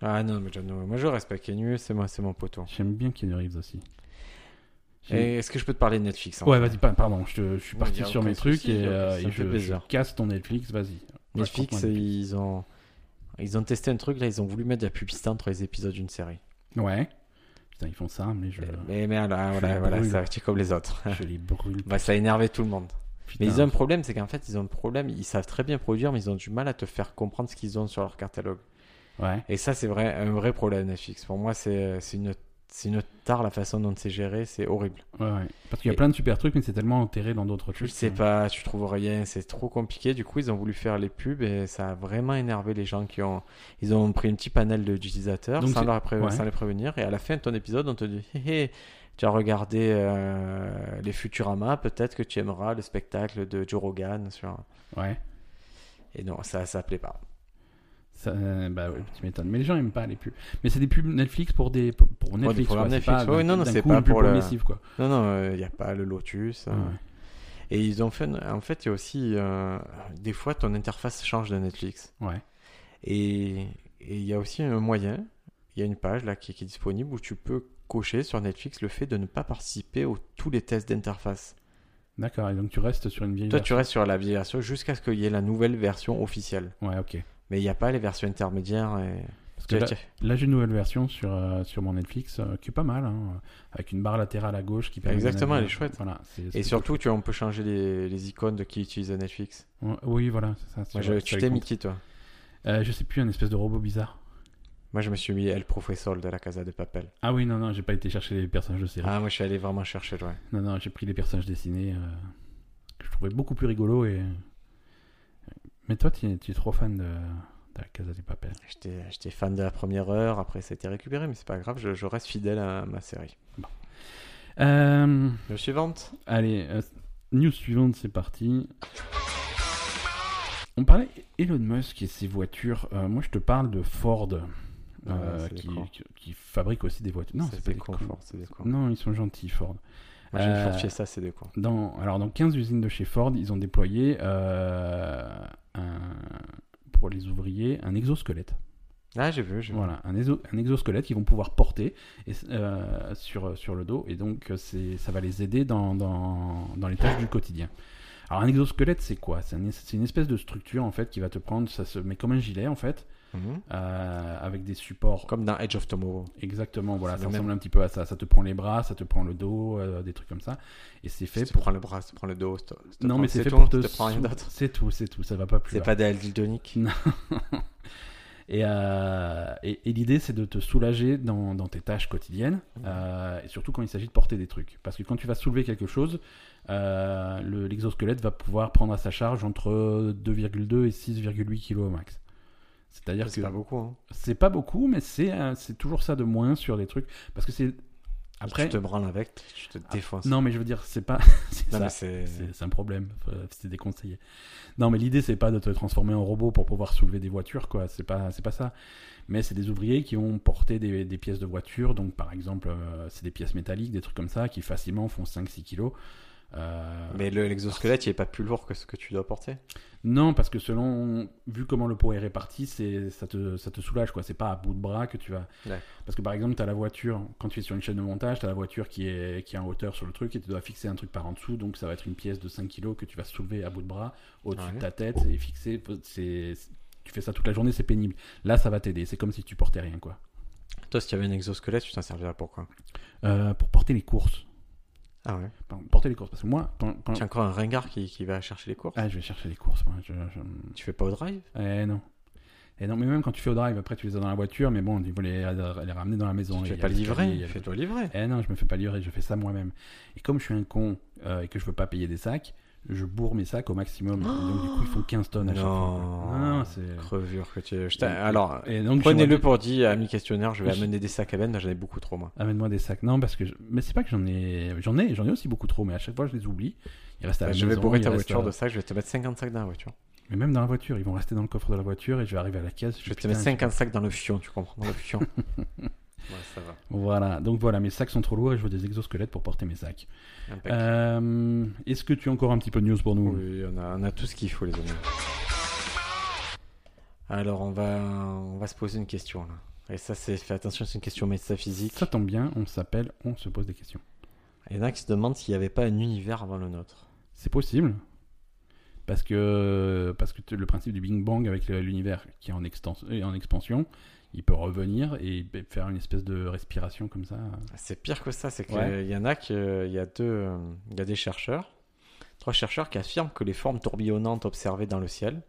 [SPEAKER 2] Ah non, mais John, moi je respecte Kenyu, c'est moi, c'est mon poteau.
[SPEAKER 1] J'aime bien Keanu Reeves aussi. J'aime-
[SPEAKER 2] Et est-ce que je peux te parler de Netflix en
[SPEAKER 1] Ouais,
[SPEAKER 2] fait
[SPEAKER 1] vas-y, pa- pardon, je, te- je suis
[SPEAKER 2] Non,
[SPEAKER 1] parti
[SPEAKER 2] y a
[SPEAKER 1] sur
[SPEAKER 2] aucun
[SPEAKER 1] mes trucs
[SPEAKER 2] souci, y
[SPEAKER 1] et,
[SPEAKER 2] a aucun-
[SPEAKER 1] euh,
[SPEAKER 2] ça
[SPEAKER 1] et
[SPEAKER 2] me
[SPEAKER 1] je,
[SPEAKER 2] fait plaisir.
[SPEAKER 1] je casse ton Netflix, vas-y.
[SPEAKER 2] Netflix,
[SPEAKER 1] Ouais,
[SPEAKER 2] ils ont, ils ont testé un truc là, ils ont voulu mettre de la publicité entre les épisodes d'une série. Euh,
[SPEAKER 1] Ouais. Putain, ils font ça, mais je,
[SPEAKER 2] Mais, mais alors, ah,
[SPEAKER 1] Je
[SPEAKER 2] voilà,
[SPEAKER 1] les
[SPEAKER 2] voilà,
[SPEAKER 1] brûle.
[SPEAKER 2] ça c'est comme les autres.
[SPEAKER 1] je Ah. les brûle.
[SPEAKER 2] (laughs) bah, ça a énervé tout le monde.
[SPEAKER 1] putain.
[SPEAKER 2] Mais ils ont un problème, c'est qu'en fait, ils ont un problème, ils savent très bien produire, mais ils ont du mal à te faire comprendre ce qu'ils ont sur leur catalogue.
[SPEAKER 1] Ouais.
[SPEAKER 2] Et ça, c'est vrai, un vrai problème Netflix. Pour moi, c'est c'est une C'est une tare la façon dont c'est géré, c'est horrible.
[SPEAKER 1] Ouais, ouais. Parce qu'il y a
[SPEAKER 2] Et-
[SPEAKER 1] plein de super trucs, mais c'est tellement enterré dans d'autres
[SPEAKER 2] Tu
[SPEAKER 1] trucs.
[SPEAKER 2] le sais
[SPEAKER 1] que-
[SPEAKER 2] pas, tu trouves rien, c'est trop compliqué. Du coup, ils ont voulu faire les pubs et ça a vraiment énervé les gens qui ont. Ils ont pris un petit panel de- d'utilisateurs
[SPEAKER 1] Donc
[SPEAKER 2] sans,
[SPEAKER 1] c'est-
[SPEAKER 2] leur pré-
[SPEAKER 1] ouais.
[SPEAKER 2] sans les prévenir. Et à la fin de ton épisode, on te dit hé hé, tu as regardé euh, les Futurama, peut-être que tu aimeras le spectacle de Joe Rogan. Sur...
[SPEAKER 1] Ouais.
[SPEAKER 2] Et non, ça, ça plaît pas.
[SPEAKER 1] Ça, euh, bah ouais, tu m'étonnes. Mais les gens aiment pas les pubs. Mais c'est des pubs Netflix pour des pour pour Netflix.
[SPEAKER 2] programmes
[SPEAKER 1] quoi. C'est
[SPEAKER 2] Netflix,
[SPEAKER 1] pas
[SPEAKER 2] ouais,
[SPEAKER 1] d'un-
[SPEAKER 2] non, non,
[SPEAKER 1] d'un
[SPEAKER 2] c'est
[SPEAKER 1] coup,
[SPEAKER 2] pas
[SPEAKER 1] une pub
[SPEAKER 2] pour le-
[SPEAKER 1] progressive, quoi.
[SPEAKER 2] Non, non, il n'y a pas le Lotus.
[SPEAKER 1] Ouais.
[SPEAKER 2] euh. Et ils ont fait. En fait, il y a aussi. euh, Des fois, ton interface change de Netflix.
[SPEAKER 1] Ouais.
[SPEAKER 2] Et et il y a aussi un moyen, il y a une page là qui, qui est disponible où tu peux cocher sur Netflix le fait de ne pas participer aux tous les tests d'interface.
[SPEAKER 1] D'accord. Et donc tu restes sur une vieille.
[SPEAKER 2] Toi, tu restes sur la vieille version jusqu'à ce qu'il y ait la nouvelle version officielle.
[SPEAKER 1] Ouais, ok.
[SPEAKER 2] Mais il n'y a pas les versions intermédiaires. et-
[SPEAKER 1] Parce que
[SPEAKER 2] Tu-
[SPEAKER 1] là,
[SPEAKER 2] tu-
[SPEAKER 1] là, j'ai une nouvelle version sur, euh, sur mon Netflix euh, qui est pas mal, hein, avec une barre latérale à gauche qui permet. de
[SPEAKER 2] Exactement, elle est
[SPEAKER 1] naviguer.
[SPEAKER 2] chouette.
[SPEAKER 1] Voilà, c'est- c'est
[SPEAKER 2] Et
[SPEAKER 1] plutôt
[SPEAKER 2] surtout, tu, on peut changer les, les icônes de qui utilise Netflix.
[SPEAKER 1] Ouais, Oui, voilà, c'est ça. c'est
[SPEAKER 2] Moi, je,
[SPEAKER 1] vrai,
[SPEAKER 2] tu
[SPEAKER 1] ça
[SPEAKER 2] t'es
[SPEAKER 1] compte.
[SPEAKER 2] mis qui, toi
[SPEAKER 1] Euh, je sais plus, un espèce de robot bizarre.
[SPEAKER 2] Moi, je me suis mis El Professor de la Casa de Papel.
[SPEAKER 1] Ah oui, non, non, j'ai pas été chercher les personnages de série.
[SPEAKER 2] Ah, moi, je suis allé vraiment chercher loin.
[SPEAKER 1] Non, non, j'ai pris les personnages dessinés euh, que je trouvais beaucoup plus rigolos. Et... euh, Mais toi, tu es, tu es trop fan de, de la Casa des Papel.
[SPEAKER 2] J'étais j'étais fan de la première heure, après, ça a été récupéré, mais c'est pas grave, je, je reste fidèle à ma série.
[SPEAKER 1] Euh,
[SPEAKER 2] Le suivante
[SPEAKER 1] allez, euh, news suivante, c'est parti. On parlait Elon Musk et ses voitures. Euh, moi, je te parle de Ford, euh,
[SPEAKER 2] Ah, c'est des
[SPEAKER 1] qui,
[SPEAKER 2] cons.
[SPEAKER 1] qui- qui fabrique aussi des voitures. Non, c'est pas
[SPEAKER 2] des
[SPEAKER 1] des
[SPEAKER 2] cons,
[SPEAKER 1] cons.
[SPEAKER 2] Ford, c'est des cons.
[SPEAKER 1] Non, ils sont gentils, Ford.
[SPEAKER 2] Moi, j'ai une
[SPEAKER 1] Euh,
[SPEAKER 2] Ford Fiesta, c'est des cons.
[SPEAKER 1] Dans, alors, dans 15 usines de chez Ford, ils ont déployé euh, un- pour les ouvriers un exosquelette.
[SPEAKER 2] Ah, j'ai vu, j'ai vu.
[SPEAKER 1] Voilà, un, exo- un exosquelette qu'ils vont pouvoir porter et, euh, sur, sur le dos. Et donc, euh, c'est, ça va les aider dans, dans, dans les tâches du quotidien. Alors, un exosquelette, c'est quoi c'est, un es- c'est une espèce de structure, en fait, qui va te prendre... Ça se met comme un gilet, en fait,
[SPEAKER 2] Mhm.
[SPEAKER 1] euh, avec des supports...
[SPEAKER 2] Comme dans Edge of Tomorrow.
[SPEAKER 1] Exactement, voilà,
[SPEAKER 2] C'est
[SPEAKER 1] ça
[SPEAKER 2] le même.
[SPEAKER 1] ressemble un petit peu à ça. Ça te prend les bras, ça te prend le dos, euh, des trucs comme ça. Et c'est
[SPEAKER 2] Si
[SPEAKER 1] fait
[SPEAKER 2] tu
[SPEAKER 1] pour...
[SPEAKER 2] prends le bras, si tu prends le dos, si tu- si tu
[SPEAKER 1] Non,
[SPEAKER 2] prends-
[SPEAKER 1] mais c'est fait
[SPEAKER 2] tout,
[SPEAKER 1] pour
[SPEAKER 2] si
[SPEAKER 1] te...
[SPEAKER 2] tu prends rien
[SPEAKER 1] sou-
[SPEAKER 2] d'autre.
[SPEAKER 1] C'est tout, c'est tout, ça va pas (laughs) plus
[SPEAKER 2] C'est
[SPEAKER 1] loin.
[SPEAKER 2] pas des Aldildonic.
[SPEAKER 1] Et, euh, et, et l'idée, c'est de te soulager dans, dans tes tâches quotidiennes, euh, et surtout quand il s'agit de porter des trucs. Parce que quand tu vas soulever quelque chose, euh, le- l'exosquelette va pouvoir prendre à sa charge entre 2,2 et 6,8 kg au max. C'est-à-dire que
[SPEAKER 2] C'est pas beaucoup. hein.
[SPEAKER 1] c'est pas beaucoup, mais c'est euh, c'est toujours ça de moins sur les trucs. Parce que c'est. Après. Ah,
[SPEAKER 2] Tu te branles avec, tu te défonces.
[SPEAKER 1] Non, mais je veux dire, c'est pas. (laughs) c'est
[SPEAKER 2] Non,
[SPEAKER 1] ça.
[SPEAKER 2] mais c'est.
[SPEAKER 1] C'est c'est un problème, euh, c'est déconseillé. Non, mais l'idée c'est pas de te transformer en robot pour pouvoir soulever des voitures, quoi. C'est pas, c'est pas ça. Mais c'est des ouvriers qui ont porté des, des pièces de voiture, donc par exemple, euh, c'est des pièces métalliques, des trucs comme ça, qui facilement font 5-6 kilos. Euh,
[SPEAKER 2] Ah. Mais le- l'exosquelette, il est pas plus lourd que ce que tu dois porter.
[SPEAKER 1] Non, parce que selon, vu comment le poids est réparti, c'est ça te, ça te soulage, quoi. C'est pas à bout de bras que tu vas.
[SPEAKER 2] Ouais.
[SPEAKER 1] Parce que par exemple, t'as la voiture, quand tu es sur une chaîne de montage, t'as la voiture qui est, qui est en hauteur sur le truc et tu dois fixer un truc par en dessous, donc ça va être une pièce de 5 kilos que tu vas soulever à bout de bras au-dessus
[SPEAKER 2] Ouais.
[SPEAKER 1] de ta tête et fixer. C'est, c'est- tu fais ça toute la journée, c'est pénible. Là, ça va t'aider. C'est comme si tu portais rien, quoi.
[SPEAKER 2] Toi, si tu avais un exosquelette, tu t'en servirais pour quoi
[SPEAKER 1] Euh, pour porter les courses.
[SPEAKER 2] Ah ouais.
[SPEAKER 1] Pardon, porter les courses. Parce que moi, quand, quand-
[SPEAKER 2] Tu as encore un ringard qui, qui va chercher les courses
[SPEAKER 1] ah, je vais chercher les courses, moi. Je- je...
[SPEAKER 2] Tu fais pas au drive
[SPEAKER 1] Eh non. Et non, mais même quand tu fais au drive, après tu les as dans la voiture, mais bon, il faut les, les ramener dans la maison.
[SPEAKER 2] Tu
[SPEAKER 1] Il
[SPEAKER 2] fais
[SPEAKER 1] y a
[SPEAKER 2] pas
[SPEAKER 1] l'escalier, il y
[SPEAKER 2] livrer
[SPEAKER 1] a le-
[SPEAKER 2] Fais-toi livrer.
[SPEAKER 1] Eh non, je me fais pas livrer, je fais ça moi-même. Et comme je suis un con euh, et que je veux pas payer des sacs, je bourre mes sacs au maximum. Et donc du coup, ils font 15 tonnes à chaque fois.
[SPEAKER 2] Non.
[SPEAKER 1] Non, c'est.
[SPEAKER 2] Crevure que tu. je t'ai- Alors,
[SPEAKER 1] Et Euh, donc,
[SPEAKER 2] Prenez-le
[SPEAKER 1] j'aimerais-
[SPEAKER 2] pour dire à mi questionnaire, je vais
[SPEAKER 1] Je-
[SPEAKER 2] amener des sacs à benne, j'en ai beaucoup trop moi.
[SPEAKER 1] Amène-moi des sacs. Non, parce que. je- Mais c'est pas que j'en ai. J'en ai, j'en ai aussi beaucoup trop, mais à chaque fois, je les oublie. Ils restent à la
[SPEAKER 2] je vais
[SPEAKER 1] maison,
[SPEAKER 2] bourrer
[SPEAKER 1] ils
[SPEAKER 2] ta
[SPEAKER 1] restent
[SPEAKER 2] voiture
[SPEAKER 1] à-
[SPEAKER 2] de sacs, je vais te mettre 50 sacs dans la voiture.
[SPEAKER 1] Mais même dans la voiture, ils vont rester dans le coffre de la voiture et je vais arriver à la caisse.
[SPEAKER 2] Je vais te
[SPEAKER 1] putain,
[SPEAKER 2] mettre 50 sacs dans le fion, tu comprends Dans
[SPEAKER 1] (laughs)
[SPEAKER 2] le fion. ouais, ça va.
[SPEAKER 1] Voilà, donc voilà, mes sacs sont trop lourds et je veux des exosquelettes pour porter mes sacs.
[SPEAKER 2] Impec.
[SPEAKER 1] Euh, Est-ce que tu as encore un petit peu de news pour nous
[SPEAKER 2] Oui, on a, on a tout ce qu'il faut, les amis. Alors, on va, on va se poser une question là. Et ça, c'est, fais attention, c'est une question métaphysique.
[SPEAKER 1] Ça tombe bien, on s'appelle, on se pose des questions.
[SPEAKER 2] Il y en a qui se demandent s'il n'y avait pas un univers avant le nôtre.
[SPEAKER 1] C'est possible parce que, parce que t- le principe du Big Bang avec le- l'univers qui est en, extens- euh, en expansion, il peut revenir et b- faire une espèce de respiration comme ça.
[SPEAKER 2] C'est pire que ça, c'est qu'il
[SPEAKER 1] Ouais.
[SPEAKER 2] y en a qui, il y a deux, euh, il y a des chercheurs, trois chercheurs qui affirment que les formes tourbillonnantes observées dans le ciel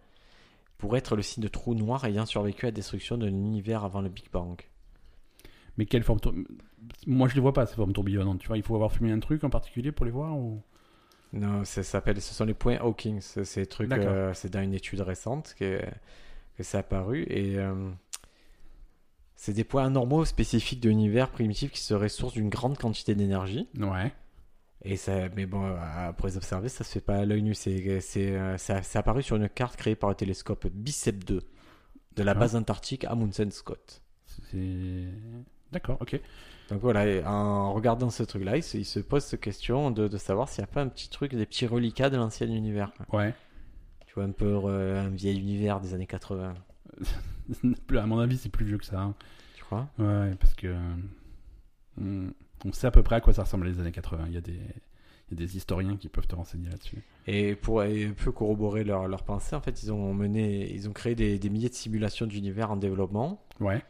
[SPEAKER 2] pourraient être le signe de trous noirs ayant survécu à la destruction de l'univers avant le Big Bang.
[SPEAKER 1] Mais quelle forme tour- Moi, je les vois pas, ces formes tourbillonnantes. Tu vois, il faut avoir fumé un truc en particulier pour les voir ou...
[SPEAKER 2] Non, ça s'appelle, ce sont les points Hawking. C'est c'est des trucs,
[SPEAKER 1] D'accord.
[SPEAKER 2] euh, c'est dans une étude récente que, que c'est apparu. Et euh, c'est des points anormaux spécifiques de l'univers primitif qui seraient source d'une grande quantité d'énergie.
[SPEAKER 1] Ouais.
[SPEAKER 2] Et ça, mais bon, euh, pour les observer, ça se fait pas à l'œil nu. C'est, c'est, euh, ça- c'est apparu sur une carte créée par le télescope BICEP 2 de la
[SPEAKER 1] D'accord.
[SPEAKER 2] base antarctique Amundsen Scott.
[SPEAKER 1] C'est... D'accord, ok.
[SPEAKER 2] Donc voilà, et en regardant ce truc-là, il se, il se pose cette question de, de savoir s'il n'y a pas un petit truc, des petits reliquats de l'ancien univers. quoi.
[SPEAKER 1] Ouais. (laughs)
[SPEAKER 2] Tu vois, un peu euh, un vieil univers des années 80,
[SPEAKER 1] Plus- à mon avis, c'est plus vieux que ça. hein.
[SPEAKER 2] tu crois
[SPEAKER 1] Ouais, Ouais, parce que. euh, on- On sait à peu près à quoi ça ressemble les années 80. Il y a des, il y a des historiens qui peuvent te renseigner là-dessus.
[SPEAKER 2] Et pour et un peu corroborer leur, leur pensée, en fait, ils ont, mené, ils ont créé des, des milliers de simulations d'univers en développement.
[SPEAKER 1] Ouais,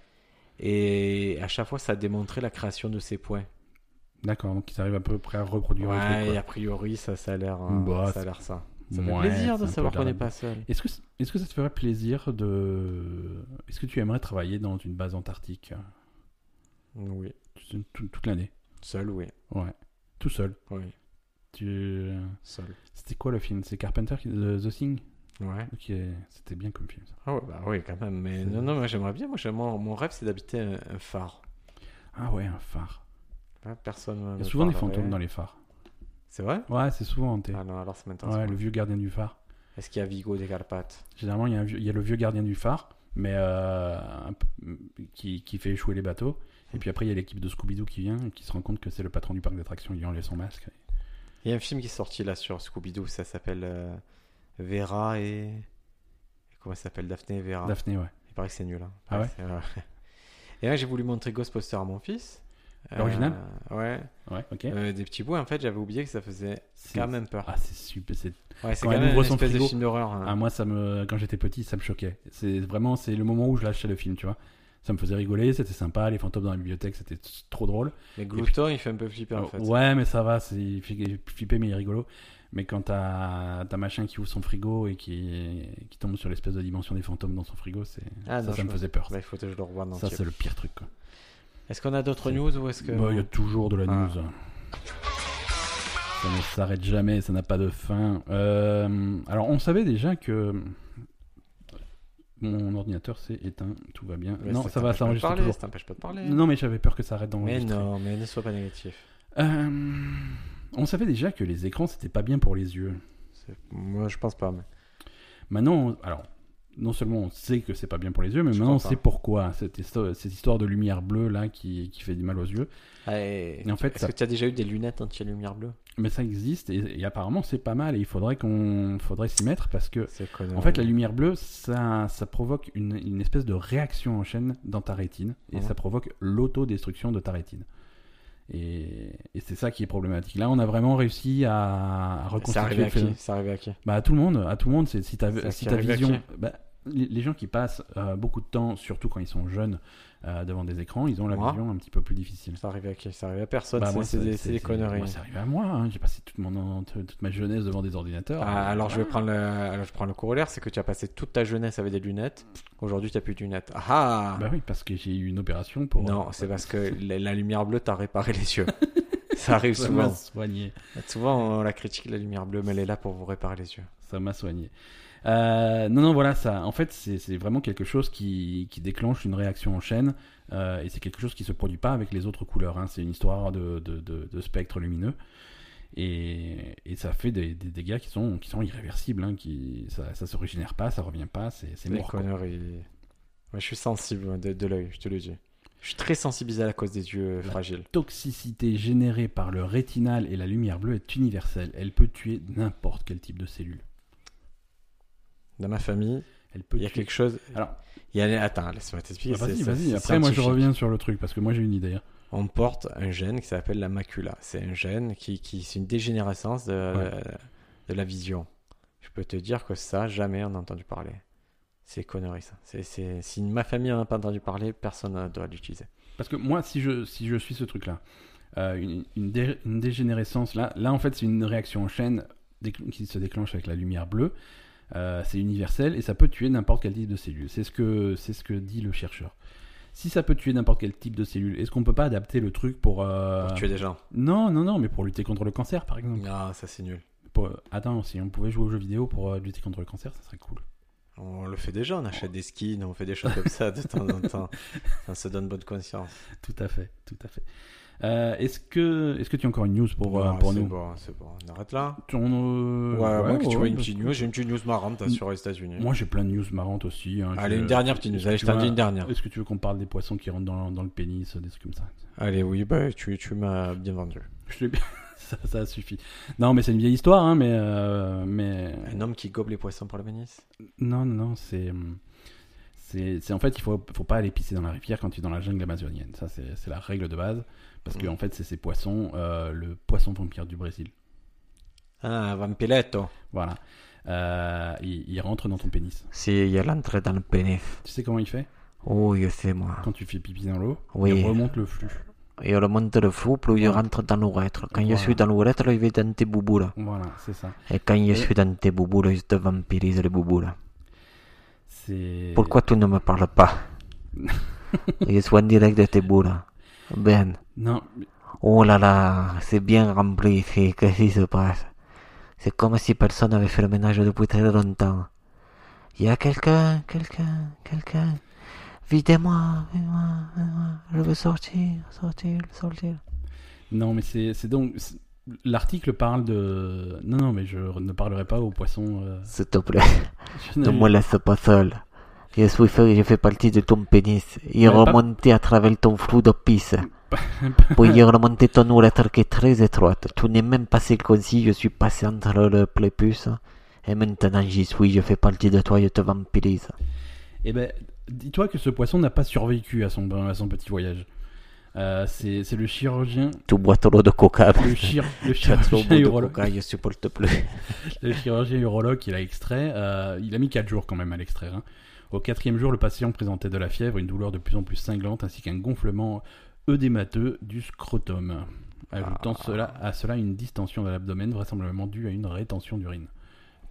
[SPEAKER 2] Et à chaque fois, ça a démontré la création de ces points.
[SPEAKER 1] d'accord. Donc ils arrivent à peu près à reproduire le
[SPEAKER 2] Ouais,
[SPEAKER 1] truc,
[SPEAKER 2] et
[SPEAKER 1] quoi.
[SPEAKER 2] a priori, ça, ça a l'air euh,
[SPEAKER 1] Bah,
[SPEAKER 2] ça. A
[SPEAKER 1] c'est-
[SPEAKER 2] l'air ça. Ça fait
[SPEAKER 1] Ouais,
[SPEAKER 2] plaisir
[SPEAKER 1] c'est
[SPEAKER 2] de
[SPEAKER 1] un peu
[SPEAKER 2] savoir qu'on n'est
[SPEAKER 1] regardable.
[SPEAKER 2] pas seul.
[SPEAKER 1] Est-ce que, est-ce que ça te ferait plaisir de. Est-ce que tu aimerais travailler dans une base antarctique euh,
[SPEAKER 2] Oui.
[SPEAKER 1] tout- tout- toute l'année
[SPEAKER 2] Seul, oui.
[SPEAKER 1] Ouais. Tout seul.
[SPEAKER 2] Oui,
[SPEAKER 1] Tu...
[SPEAKER 2] seul.
[SPEAKER 1] C'était quoi le film C'est Carpenter qui... The, The Thing
[SPEAKER 2] Ouais.
[SPEAKER 1] Ok, c'était bien comme film. ça.
[SPEAKER 2] Ah ouais, bah oui, quand même. Mais
[SPEAKER 1] C'est-
[SPEAKER 2] non, non, moi j'aimerais bien. Moi, j'aimerais- mon, mon rêve, c'est d'habiter un, un phare.
[SPEAKER 1] Ah ouais, un phare.
[SPEAKER 2] Hein, Personne.
[SPEAKER 1] Il y a souvent des fantômes dans les phares.
[SPEAKER 2] C'est vrai
[SPEAKER 1] Ouais, c'est souvent hanté.
[SPEAKER 2] Ah non, alors ça m'intéresse.
[SPEAKER 1] ouais,
[SPEAKER 2] pas.
[SPEAKER 1] le vieux gardien du phare.
[SPEAKER 2] Est-ce qu'il y a Vigo des Carpates
[SPEAKER 1] Généralement, il y, a un vieux- il y a le vieux gardien du phare, mais euh, un p- qui, qui fait échouer les bateaux. Et puis après, il y a l'équipe de Scooby-Doo qui vient et qui se rend compte que c'est le patron du parc d'attractions. Il lui enlève son masque.
[SPEAKER 2] Il y a un film qui est sorti là sur Scooby-Doo, ça s'appelle euh, Vera et... et Comment ça s'appelle Daphné et Vera.
[SPEAKER 1] Daphné, ouais.
[SPEAKER 2] Il paraît que c'est nul. hein.
[SPEAKER 1] Ah ouais
[SPEAKER 2] c'est- (laughs) Et là, j'ai voulu montrer Ghostbusters à mon fils.
[SPEAKER 1] L'original
[SPEAKER 2] Euh, Ouais.
[SPEAKER 1] Ouais, ok.
[SPEAKER 2] Euh, des petits bouts, en fait, j'avais oublié que ça faisait
[SPEAKER 1] C'est-
[SPEAKER 2] quand même peur.
[SPEAKER 1] Ah, c'est super. c'est-
[SPEAKER 2] Ouais, c'est
[SPEAKER 1] quand
[SPEAKER 2] quand,
[SPEAKER 1] elle
[SPEAKER 2] même une
[SPEAKER 1] ouvre son
[SPEAKER 2] espèce de
[SPEAKER 1] frigo.
[SPEAKER 2] film d'horreur. hein.
[SPEAKER 1] Ah, moi, ça me... quand j'étais petit, ça me choquait. C'est vraiment c'est le moment où je lâchais le film, tu vois. Ça me faisait rigoler, c'était sympa. Les fantômes dans la bibliothèque, c'était t- trop drôle.
[SPEAKER 2] Mais Glouton, il fait un peu flipper, en fait.
[SPEAKER 1] Oh, Ouais, mais ça va, c'est il fait- il fait flipper, mais il est rigolo. Mais quand t'as t'as machin qui ouvre son frigo et qui, qui tombe sur l'espèce de dimension des fantômes dans son frigo, c'est ça,
[SPEAKER 2] Ah, non,
[SPEAKER 1] ça
[SPEAKER 2] je
[SPEAKER 1] me
[SPEAKER 2] me-
[SPEAKER 1] faisait peur.
[SPEAKER 2] Bah, il faut que je le revoie en
[SPEAKER 1] ça,
[SPEAKER 2] entier.
[SPEAKER 1] c'est le pire truc. quoi.
[SPEAKER 2] Est-ce qu'on a d'autres
[SPEAKER 1] C'est-
[SPEAKER 2] news ou est-ce que...
[SPEAKER 1] Bah, Il y a toujours de la
[SPEAKER 2] Ah.
[SPEAKER 1] news. Ça ne s'arrête jamais, ça n'a pas de fin. Euh, alors, on savait déjà que. Mon ordinateur s'est éteint, tout va bien.
[SPEAKER 2] Bah,
[SPEAKER 1] non, ça, va,
[SPEAKER 2] t'empêche
[SPEAKER 1] ça enregistre
[SPEAKER 2] pas de parler,
[SPEAKER 1] toujours.
[SPEAKER 2] Ça t'empêche pas de parler.
[SPEAKER 1] Non, mais j'avais peur que ça arrête
[SPEAKER 2] Mais
[SPEAKER 1] d'enregistrer.
[SPEAKER 2] non, mais ne sois pas négatif.
[SPEAKER 1] Euh, on savait déjà que les écrans, c'était pas bien pour les yeux.
[SPEAKER 2] C'est- Moi, je pense pas. mais-
[SPEAKER 1] Maintenant, on- alors, non seulement on sait que c'est pas bien pour les yeux, mais
[SPEAKER 2] Je
[SPEAKER 1] maintenant on
[SPEAKER 2] crois pas.
[SPEAKER 1] sait pourquoi. Cette, histo- cette histoire de lumière bleue là qui, qui fait du mal aux yeux.
[SPEAKER 2] Ah, et-
[SPEAKER 1] Et en fait,
[SPEAKER 2] Est-ce
[SPEAKER 1] ça-
[SPEAKER 2] que tu as déjà eu des lunettes anti-lumière bleue
[SPEAKER 1] Mais ça existe et, et apparemment c'est pas mal et il faudrait qu'on faudrait s'y mettre parce que
[SPEAKER 2] C'est connard.
[SPEAKER 1] en fait la lumière bleue ça, ça provoque une, une espèce de réaction en chaîne dans ta rétine et
[SPEAKER 2] Mhm.
[SPEAKER 1] ça provoque l'autodestruction de ta rétine. Et, et c'est ça qui est problématique. Là, on a vraiment réussi à, à
[SPEAKER 2] C'est
[SPEAKER 1] reconstituer
[SPEAKER 2] arrivé
[SPEAKER 1] le
[SPEAKER 2] à qui
[SPEAKER 1] phénomène.
[SPEAKER 2] C'est arrivé à qui
[SPEAKER 1] Bah à tout le monde, à tout le monde, c'est si
[SPEAKER 2] Ça
[SPEAKER 1] ta, si
[SPEAKER 2] qui
[SPEAKER 1] ta
[SPEAKER 2] arrive à
[SPEAKER 1] vision,
[SPEAKER 2] qui
[SPEAKER 1] bah, les, les gens qui passent euh, beaucoup de temps, surtout quand ils sont jeunes, euh, devant des écrans, ils ont la
[SPEAKER 2] Moi
[SPEAKER 1] vision un petit peu plus difficile.
[SPEAKER 2] Ça arrive à qui Ça arrive à personne.
[SPEAKER 1] Bah,
[SPEAKER 2] c'est-
[SPEAKER 1] moi,
[SPEAKER 2] c'est
[SPEAKER 1] ça-
[SPEAKER 2] des, c'est des conneries.
[SPEAKER 1] Moi, c'est arrivé à moi. hein. J'ai passé toute, mon, toute ma jeunesse devant des ordinateurs.
[SPEAKER 2] Ah, alors, je vais prendre le... alors, je prends le corollaire c'est que tu as passé toute ta jeunesse avec des lunettes. Aujourd'hui, tu n'as plus de lunettes. Ah ah
[SPEAKER 1] Bah oui, parce que j'ai eu une opération pour.
[SPEAKER 2] Non, c'est parce que la, la lumière bleue t'a réparé
[SPEAKER 1] (laughs)
[SPEAKER 2] les yeux. Ça arrive
[SPEAKER 1] Ça m'a
[SPEAKER 2] souvent.
[SPEAKER 1] soigné.
[SPEAKER 2] Souvent, on la critique, la lumière bleue, mais elle est là pour vous réparer les yeux.
[SPEAKER 1] Ça m'a soigné. Euh, non, non, voilà ça. En fait, c'est c'est vraiment quelque chose qui, qui déclenche une réaction en chaîne. euh, et c'est quelque chose qui se produit pas avec les autres couleurs. hein. C'est une histoire de, de, de- de spectre lumineux. Et, et ça fait des, des dégâts qui sont, qui sont irréversibles. hein, qui, ça, ça se régénère pas, ça revient pas, c'est c'est
[SPEAKER 2] Les
[SPEAKER 1] mort. quoi.
[SPEAKER 2] conneurs, ils- Moi, je suis sensible hein, de, de l'œil, je te le dis. Je suis très sensibilisé à la cause des yeux euh,
[SPEAKER 1] Bah,
[SPEAKER 2] fragiles.
[SPEAKER 1] toxicité générée par le rétinal et la lumière bleue est universelle. Elle peut tuer n'importe quel type de cellule.
[SPEAKER 2] Dans ma famille,
[SPEAKER 1] Elle peut
[SPEAKER 2] il y a
[SPEAKER 1] tuer-
[SPEAKER 2] quelque chose.
[SPEAKER 1] Alors-
[SPEAKER 2] il y a... attends, laisse-moi t'expliquer.
[SPEAKER 1] Ah,
[SPEAKER 2] c'est-
[SPEAKER 1] vas-y,
[SPEAKER 2] c'est-
[SPEAKER 1] vas-y.
[SPEAKER 2] c'est
[SPEAKER 1] Après, moi, je
[SPEAKER 2] scientifique.
[SPEAKER 1] reviens sur le truc parce que moi, j'ai une idée. hein.
[SPEAKER 2] On porte un gène qui s'appelle la macula. C'est un gène qui, qui... c'est une dégénérescence de...
[SPEAKER 1] Ouais.
[SPEAKER 2] de la vision. Je peux te dire que ça, jamais on n'a entendu parler. C'est connerie, ça. C'est- c'est- Si ma famille n'en a pas entendu parler, personne ne doit l'utiliser.
[SPEAKER 1] Parce que moi, si je, si je suis ce truc-là, euh, une, une dé- une dégénérescence, là, là, en fait, c'est une réaction en chaîne déc- qui se déclenche avec la lumière bleue. Euh, c'est universel et ça peut tuer n'importe quel type de cellule. C'est ce que, c'est ce que dit le chercheur. Si ça peut tuer n'importe quel type de cellule, est-ce qu'on peut pas adapter le truc pour. euh,
[SPEAKER 2] Pour tuer des gens.
[SPEAKER 1] Non, non, non, mais pour lutter contre le cancer, par exemple.
[SPEAKER 2] Ah, ça c'est nul.
[SPEAKER 1] Pour- euh, Attends, si on pouvait jouer aux jeux vidéo pour euh, lutter contre le cancer, ça serait cool. (laughs)
[SPEAKER 2] On le fait déjà, on achète des skins, on fait des choses comme ça de temps
[SPEAKER 1] (laughs)
[SPEAKER 2] en temps. Ça se donne bonne conscience.
[SPEAKER 1] Tout à fait, tout à fait. Euh, est-ce que, est-ce que tu as encore une news pour, euh,
[SPEAKER 2] Non,
[SPEAKER 1] pour
[SPEAKER 2] c'est
[SPEAKER 1] nous
[SPEAKER 2] bon, c'est bon. On arrête là
[SPEAKER 1] Ton, euh,
[SPEAKER 2] Ouais, moi
[SPEAKER 1] ouais,
[SPEAKER 2] que tu
[SPEAKER 1] ouais,
[SPEAKER 2] vois une
[SPEAKER 1] parce
[SPEAKER 2] petite
[SPEAKER 1] que-
[SPEAKER 2] news, j'ai une petite news marrante là,
[SPEAKER 1] Mm.
[SPEAKER 2] sur les États-Unis.
[SPEAKER 1] Moi, j'ai plein de news marrantes aussi. hein,
[SPEAKER 2] Allez,
[SPEAKER 1] je-
[SPEAKER 2] une dernière petite news. Allez,
[SPEAKER 1] tu
[SPEAKER 2] je t'en
[SPEAKER 1] vois-
[SPEAKER 2] dis une dernière.
[SPEAKER 1] Est-ce que tu veux qu'on parle des poissons qui rentrent dans, dans le pénis, euh, des trucs comme ça (laughs)
[SPEAKER 2] Allez, oui, bah, tu, tu m'as bien vendu.
[SPEAKER 1] Je l'ai bien- (laughs) ça, ça suffit. Non, mais c'est une vieille histoire, hein, mais, euh, mais...
[SPEAKER 2] Un homme qui gobe les poissons par le pénis
[SPEAKER 1] Non, non, non, c'est... hum, C'est c'est- en fait, il faut, faut pas aller pisser dans la rivière quand tu es dans la jungle amazonienne. Ça, c'est c'est la règle de base. Parce
[SPEAKER 3] Mm.
[SPEAKER 1] que,
[SPEAKER 2] Mhm.
[SPEAKER 1] en fait, c'est ces poissons, euh, le poisson vampire du Brésil.
[SPEAKER 2] Ah, vampiletto.
[SPEAKER 1] Voilà. Euh, il, il rentre dans ton pénis.
[SPEAKER 3] Si, il y a l'entrée dans le pénis.
[SPEAKER 1] Tu sais comment il fait
[SPEAKER 3] Oh, je sais, moi.
[SPEAKER 1] Quand tu fais pipi dans l'eau,
[SPEAKER 3] Oui.
[SPEAKER 1] il remonte le flux.
[SPEAKER 3] Et on remonte le flou, plus je rentre dans l'urètre. Quand
[SPEAKER 1] Voilà.
[SPEAKER 3] je suis dans l'urètre, je vais dans tes bouboules.
[SPEAKER 1] Voilà, c'est ça.
[SPEAKER 3] Et quand je
[SPEAKER 1] Et-
[SPEAKER 3] suis dans tes bouboules, je te vampirise les bouboules.
[SPEAKER 1] C'est...
[SPEAKER 3] Pourquoi tu ne me parles pas (laughs) Je suis en direct de tes boules. Ben.
[SPEAKER 1] Non,
[SPEAKER 3] Oh là là, c'est bien rempli ici, qu'est-ce qui se passe C'est comme si personne n'avait fait le ménage depuis très longtemps. Il y a quelqu'un, quelqu'un, quelqu'un. Videz-moi, videz-moi, videz-moi. Je veux sortir, sortir, sortir.
[SPEAKER 1] Non, mais c'est c'est donc. c'est- L'article parle de. Non, non, mais je ne parlerai pas aux poissons. euh,
[SPEAKER 3] S'il te plaît,
[SPEAKER 1] je
[SPEAKER 3] ne
[SPEAKER 1] ne-
[SPEAKER 3] me laisse pas seul. Je suis fait, je fais partie de ton pénis. Il
[SPEAKER 1] Ouais, pas-
[SPEAKER 3] remontait à travers ton flou de pisse. Puis il remontait ton urètre qui est très étroite. Tu n'es même pas circoncis, je suis passé entre le prépuce. Et maintenant j'y suis, je fais partie de toi, je te vampirise.
[SPEAKER 1] Eh ben, dis-toi que ce poisson n'a pas survécu à son, à son petit voyage. Euh, c'est c'est le chirurgien.
[SPEAKER 3] Tu bois trop de coca.
[SPEAKER 1] Le, chir- le
[SPEAKER 3] Tu
[SPEAKER 2] (laughs)
[SPEAKER 3] as trop bu
[SPEAKER 1] chirurgien
[SPEAKER 3] de
[SPEAKER 1] urologue.
[SPEAKER 3] coca, je supporte plus.
[SPEAKER 1] Le chirurgien urologue qui l'a extrait. euh, il a mis 4 jours quand même à l'extraire. hein. Au quatrième jour, le patient présentait de la fièvre, une douleur de plus en plus cinglante, ainsi qu'un gonflement œdémateux du scrotum. Ajoutant cela, à cela une distension de l'abdomen, vraisemblablement due à une rétention d'urine.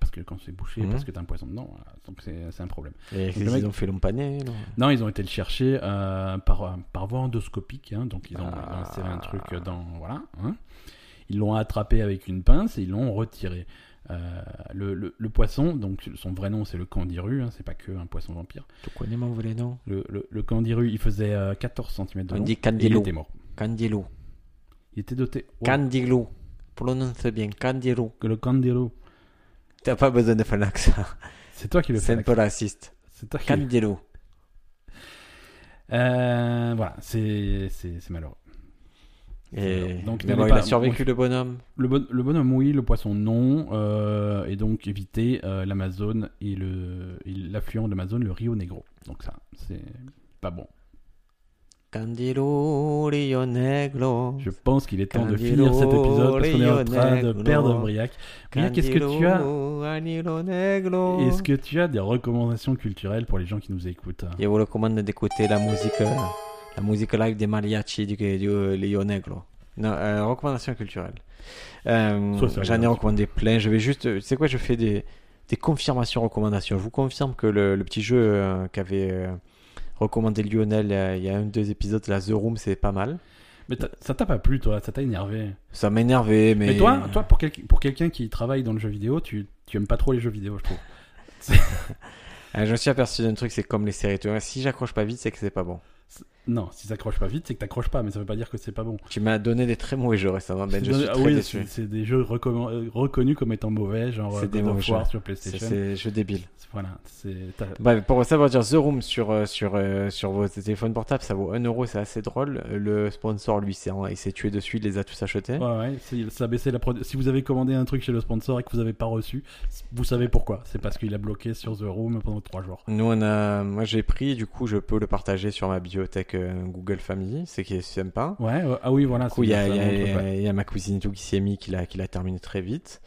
[SPEAKER 1] Parce que quand c'est bouché,
[SPEAKER 2] Mhm.
[SPEAKER 1] parce que t'as un poisson dedans, voilà. donc c'est c'est un problème.
[SPEAKER 2] Et
[SPEAKER 1] le mec-
[SPEAKER 2] ils ont fait l'ompané, non
[SPEAKER 1] Non, ils ont été le chercher euh, par, euh, par voie endoscopique, hein, donc ils ont, ils
[SPEAKER 2] Ah.
[SPEAKER 1] ont inséré un truc dans. Voilà. hein. Ils l'ont attrapé avec une pince et ils l'ont retiré. Euh, le, le- le poisson, donc son vrai nom c'est le candiru, hein, c'est pas que un poisson vampire.
[SPEAKER 2] Tu connais mon vrai nom
[SPEAKER 1] Le, le- le candiru il faisait euh, 14 cm de
[SPEAKER 2] On
[SPEAKER 1] long.
[SPEAKER 2] dit
[SPEAKER 1] et il
[SPEAKER 2] Candilou.
[SPEAKER 1] était mort.
[SPEAKER 2] Candilou.
[SPEAKER 1] Il était doté. Oh,
[SPEAKER 2] Candilou. Prononce bien, Candilou.
[SPEAKER 1] que le candiru.
[SPEAKER 2] T'as pas besoin de faire l'accent. (laughs)
[SPEAKER 1] C'est toi qui le
[SPEAKER 2] C'est
[SPEAKER 1] fais.
[SPEAKER 2] un peu
[SPEAKER 1] Alex.
[SPEAKER 2] raciste.
[SPEAKER 1] C'est toi qui.
[SPEAKER 2] Candilou.
[SPEAKER 1] Euh, voilà, c'est c'est- c'est malheureux.
[SPEAKER 2] Et...
[SPEAKER 1] Donc,
[SPEAKER 2] Mais
[SPEAKER 1] n'allez
[SPEAKER 2] bon, il
[SPEAKER 1] pas-
[SPEAKER 2] a survécu le bonhomme.
[SPEAKER 1] Le, bon- le bonhomme, oui, le poisson, non. euh, et donc éviter euh, l'Amazone et le- et l'affluent de l'Amazone, le Rio Negro. Donc ça, c'est pas bon.
[SPEAKER 2] Candilou, Rio Negro.
[SPEAKER 1] Je pense qu'il est temps de
[SPEAKER 2] Candilo,
[SPEAKER 1] finir cet épisode parce qu'on est en train de
[SPEAKER 2] Rio
[SPEAKER 1] perdre
[SPEAKER 2] Negro.
[SPEAKER 1] Briac. Briac, est-ce que tu as,
[SPEAKER 2] Candilou, Negro.
[SPEAKER 1] est-ce que tu as des recommandations culturelles pour les gens qui nous écoutent
[SPEAKER 2] Je vous recommande d'écouter la musique, euh, la musique live des mariachi du, du euh, Rio Negro. Non, euh, recommandation culturelle. Euh,
[SPEAKER 1] Soit ça,
[SPEAKER 2] J'en ai
[SPEAKER 1] bien.
[SPEAKER 2] recommandé plein. Je vais juste, euh, tu sais quoi, je fais des, des confirmations recommandations. Je vous confirme que le, le petit jeu euh, qu'avait euh, recommandé Lionel euh, il y a un ou deux épisodes, la The Room, c'est pas mal.
[SPEAKER 1] Mais t'as- ça t'a pas plu, toi Ça t'a énervé
[SPEAKER 2] Ça m'énervait, mais. euh,
[SPEAKER 1] Mais toi, toi pour, quel- pour quelqu'un qui travaille dans le jeu vidéo, tu, tu aimes pas trop les jeux vidéo, je trouve.
[SPEAKER 2] Euh, je me suis aperçu d'un truc, c'est comme les séries. Tu vois, si j'accroche pas vite, c'est que c'est pas bon.
[SPEAKER 1] Non, si t'accroches pas vite, c'est que t'accroches pas, mais ça veut pas dire que c'est pas bon.
[SPEAKER 2] Tu m'as donné des très mauvais jeux récemment, Ben.
[SPEAKER 1] C'est
[SPEAKER 2] Je
[SPEAKER 1] dans-
[SPEAKER 2] suis
[SPEAKER 1] ah
[SPEAKER 2] très
[SPEAKER 1] oui,
[SPEAKER 2] déçu.
[SPEAKER 1] c'est- c'est des jeux recommen- euh, reconnus comme étant mauvais, genre
[SPEAKER 2] C'est
[SPEAKER 1] euh,
[SPEAKER 2] des
[SPEAKER 1] God
[SPEAKER 2] mauvais
[SPEAKER 1] of War
[SPEAKER 2] jeux.
[SPEAKER 1] sur
[SPEAKER 2] C'est
[SPEAKER 1] PlayStation.
[SPEAKER 2] c'est- jeu débile.
[SPEAKER 1] Voilà, c'est t'as-
[SPEAKER 2] Bah, pour ça, va dire The Room sur, euh, sur, euh, sur vos téléphones portables, ça vaut 1 euro, c'est assez drôle. Le sponsor, lui, s'est- il s'est tué dessus, il les a tous achetés.
[SPEAKER 1] ouais, ouais, c'est- ça a baissé la produ- Si vous avez commandé un truc chez le sponsor et que vous avez pas reçu, vous savez pourquoi. C'est parce qu'il a bloqué sur The Room pendant trois jours.
[SPEAKER 2] Nous, on a, moi, j'ai pris, du coup, je peux le partager sur ma bibliothèque euh, Google Family, c'est qui est sympa.
[SPEAKER 1] Ouais, ouais, ah oui, voilà.
[SPEAKER 2] Du coup,
[SPEAKER 1] c'est-
[SPEAKER 2] il y, a-
[SPEAKER 1] ça
[SPEAKER 2] il y a-
[SPEAKER 1] montre, ouais.
[SPEAKER 2] il y a ma cousine et tout qui s'y est mis, qui l'a qui l'a terminé très vite.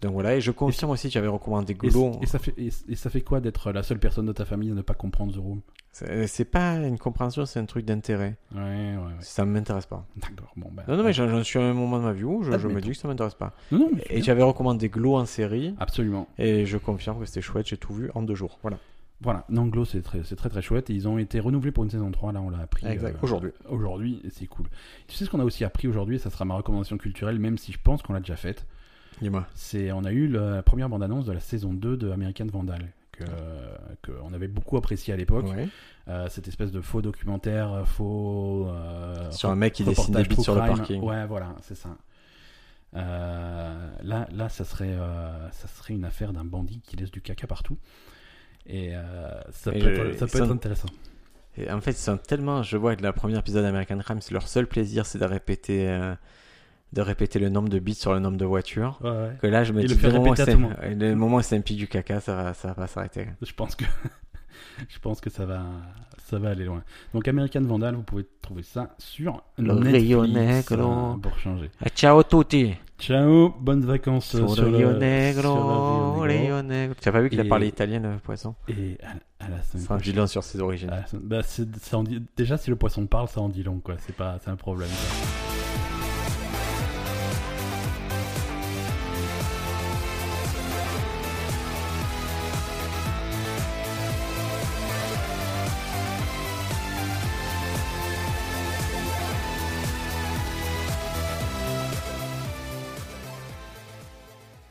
[SPEAKER 2] Donc voilà, et je confirme aussi que j'avais recommandé
[SPEAKER 1] Et,
[SPEAKER 2] Glow.
[SPEAKER 1] et ça fait, et, et ça fait quoi d'être la seule personne de ta famille à ne pas comprendre The Room
[SPEAKER 2] C'est euh, c'est pas une compréhension, c'est un truc d'intérêt.
[SPEAKER 1] Ouais, ouais, ouais.
[SPEAKER 2] Ça m'intéresse pas.
[SPEAKER 1] D'accord, bon, bah.
[SPEAKER 2] Non, non, mais j'en j'en suis à un moment de ma vie où je, je me
[SPEAKER 1] Admettons.
[SPEAKER 2] dis que ça m'intéresse pas.
[SPEAKER 1] Non, non, mais c'est
[SPEAKER 2] Et
[SPEAKER 1] bien.
[SPEAKER 2] j'avais recommandé Glow en série.
[SPEAKER 1] Absolument.
[SPEAKER 2] Et je confirme que c'était chouette, j'ai tout vu en deux jours. Voilà.
[SPEAKER 1] Voilà, Nanglo, c'est très, c'est très très chouette. Et ils ont été renouvelés pour une saison 3, là, on l'a appris.
[SPEAKER 2] Exact,
[SPEAKER 1] euh,
[SPEAKER 2] aujourd'hui.
[SPEAKER 1] Aujourd'hui, et c'est cool. Tu sais ce qu'on a aussi appris aujourd'hui, et ça sera ma recommandation culturelle, même si je pense qu'on l'a déjà faite.
[SPEAKER 2] Dis-moi.
[SPEAKER 1] C'est, on a eu la première bande-annonce de la saison 2 de American Vandal, que, que on avait beaucoup apprécié à l'époque.
[SPEAKER 2] Ouais.
[SPEAKER 1] Euh, cette espèce de faux documentaire, euh, faux. euh,
[SPEAKER 2] Sur un mec qui dessine des
[SPEAKER 1] reportage
[SPEAKER 2] bites
[SPEAKER 1] true
[SPEAKER 2] sur le
[SPEAKER 1] crime.
[SPEAKER 2] parking.
[SPEAKER 1] Ouais, voilà, c'est ça. Euh, là, là, ça serait, euh, ça serait une affaire d'un bandit qui laisse du caca partout. Et euh, ça
[SPEAKER 2] Et
[SPEAKER 1] peut,
[SPEAKER 2] je-
[SPEAKER 1] être, ça peut
[SPEAKER 2] ça-
[SPEAKER 1] être intéressant.
[SPEAKER 2] Et en fait, ils sont tellement. Je vois que le premier épisode d'American Crime, c'est leur seul plaisir, c'est de répéter, euh, de répéter le nombre de bits sur le nombre de voitures. Que là, je me
[SPEAKER 1] Et
[SPEAKER 2] dis,
[SPEAKER 1] le faire
[SPEAKER 2] moment où
[SPEAKER 1] répéter à
[SPEAKER 2] c'est-
[SPEAKER 1] tout le monde.
[SPEAKER 2] le moment où c'est un pic du caca, ça va, ça va pas s'arrêter.
[SPEAKER 1] Je pense que, (laughs) je pense que ça va, ça va aller loin. Donc American Vandal, vous pouvez trouver ça sur
[SPEAKER 3] Le Rio
[SPEAKER 1] Netflix
[SPEAKER 3] Negro.
[SPEAKER 1] euh, pour changer.
[SPEAKER 3] Ah, Ciao tutti.
[SPEAKER 1] Ciao, bonnes vacances euh,
[SPEAKER 3] Sur,
[SPEAKER 1] sur
[SPEAKER 3] le
[SPEAKER 1] le
[SPEAKER 3] Rio
[SPEAKER 1] sur
[SPEAKER 3] Negro,
[SPEAKER 1] le Rio Negro.
[SPEAKER 3] Rio Negro.
[SPEAKER 2] Tu as pas vu qu'il a
[SPEAKER 1] Et-
[SPEAKER 2] parlé italien, le poisson
[SPEAKER 1] Et à, la- à la semaine
[SPEAKER 2] Enfin,
[SPEAKER 1] prochaine.
[SPEAKER 2] vigilant sur ses origines.
[SPEAKER 1] Ah, ça- bah, c'est- ça en dit- déjà, si le poisson parle, ça en dit long, quoi. C'est pas, c'est un problème. quoi.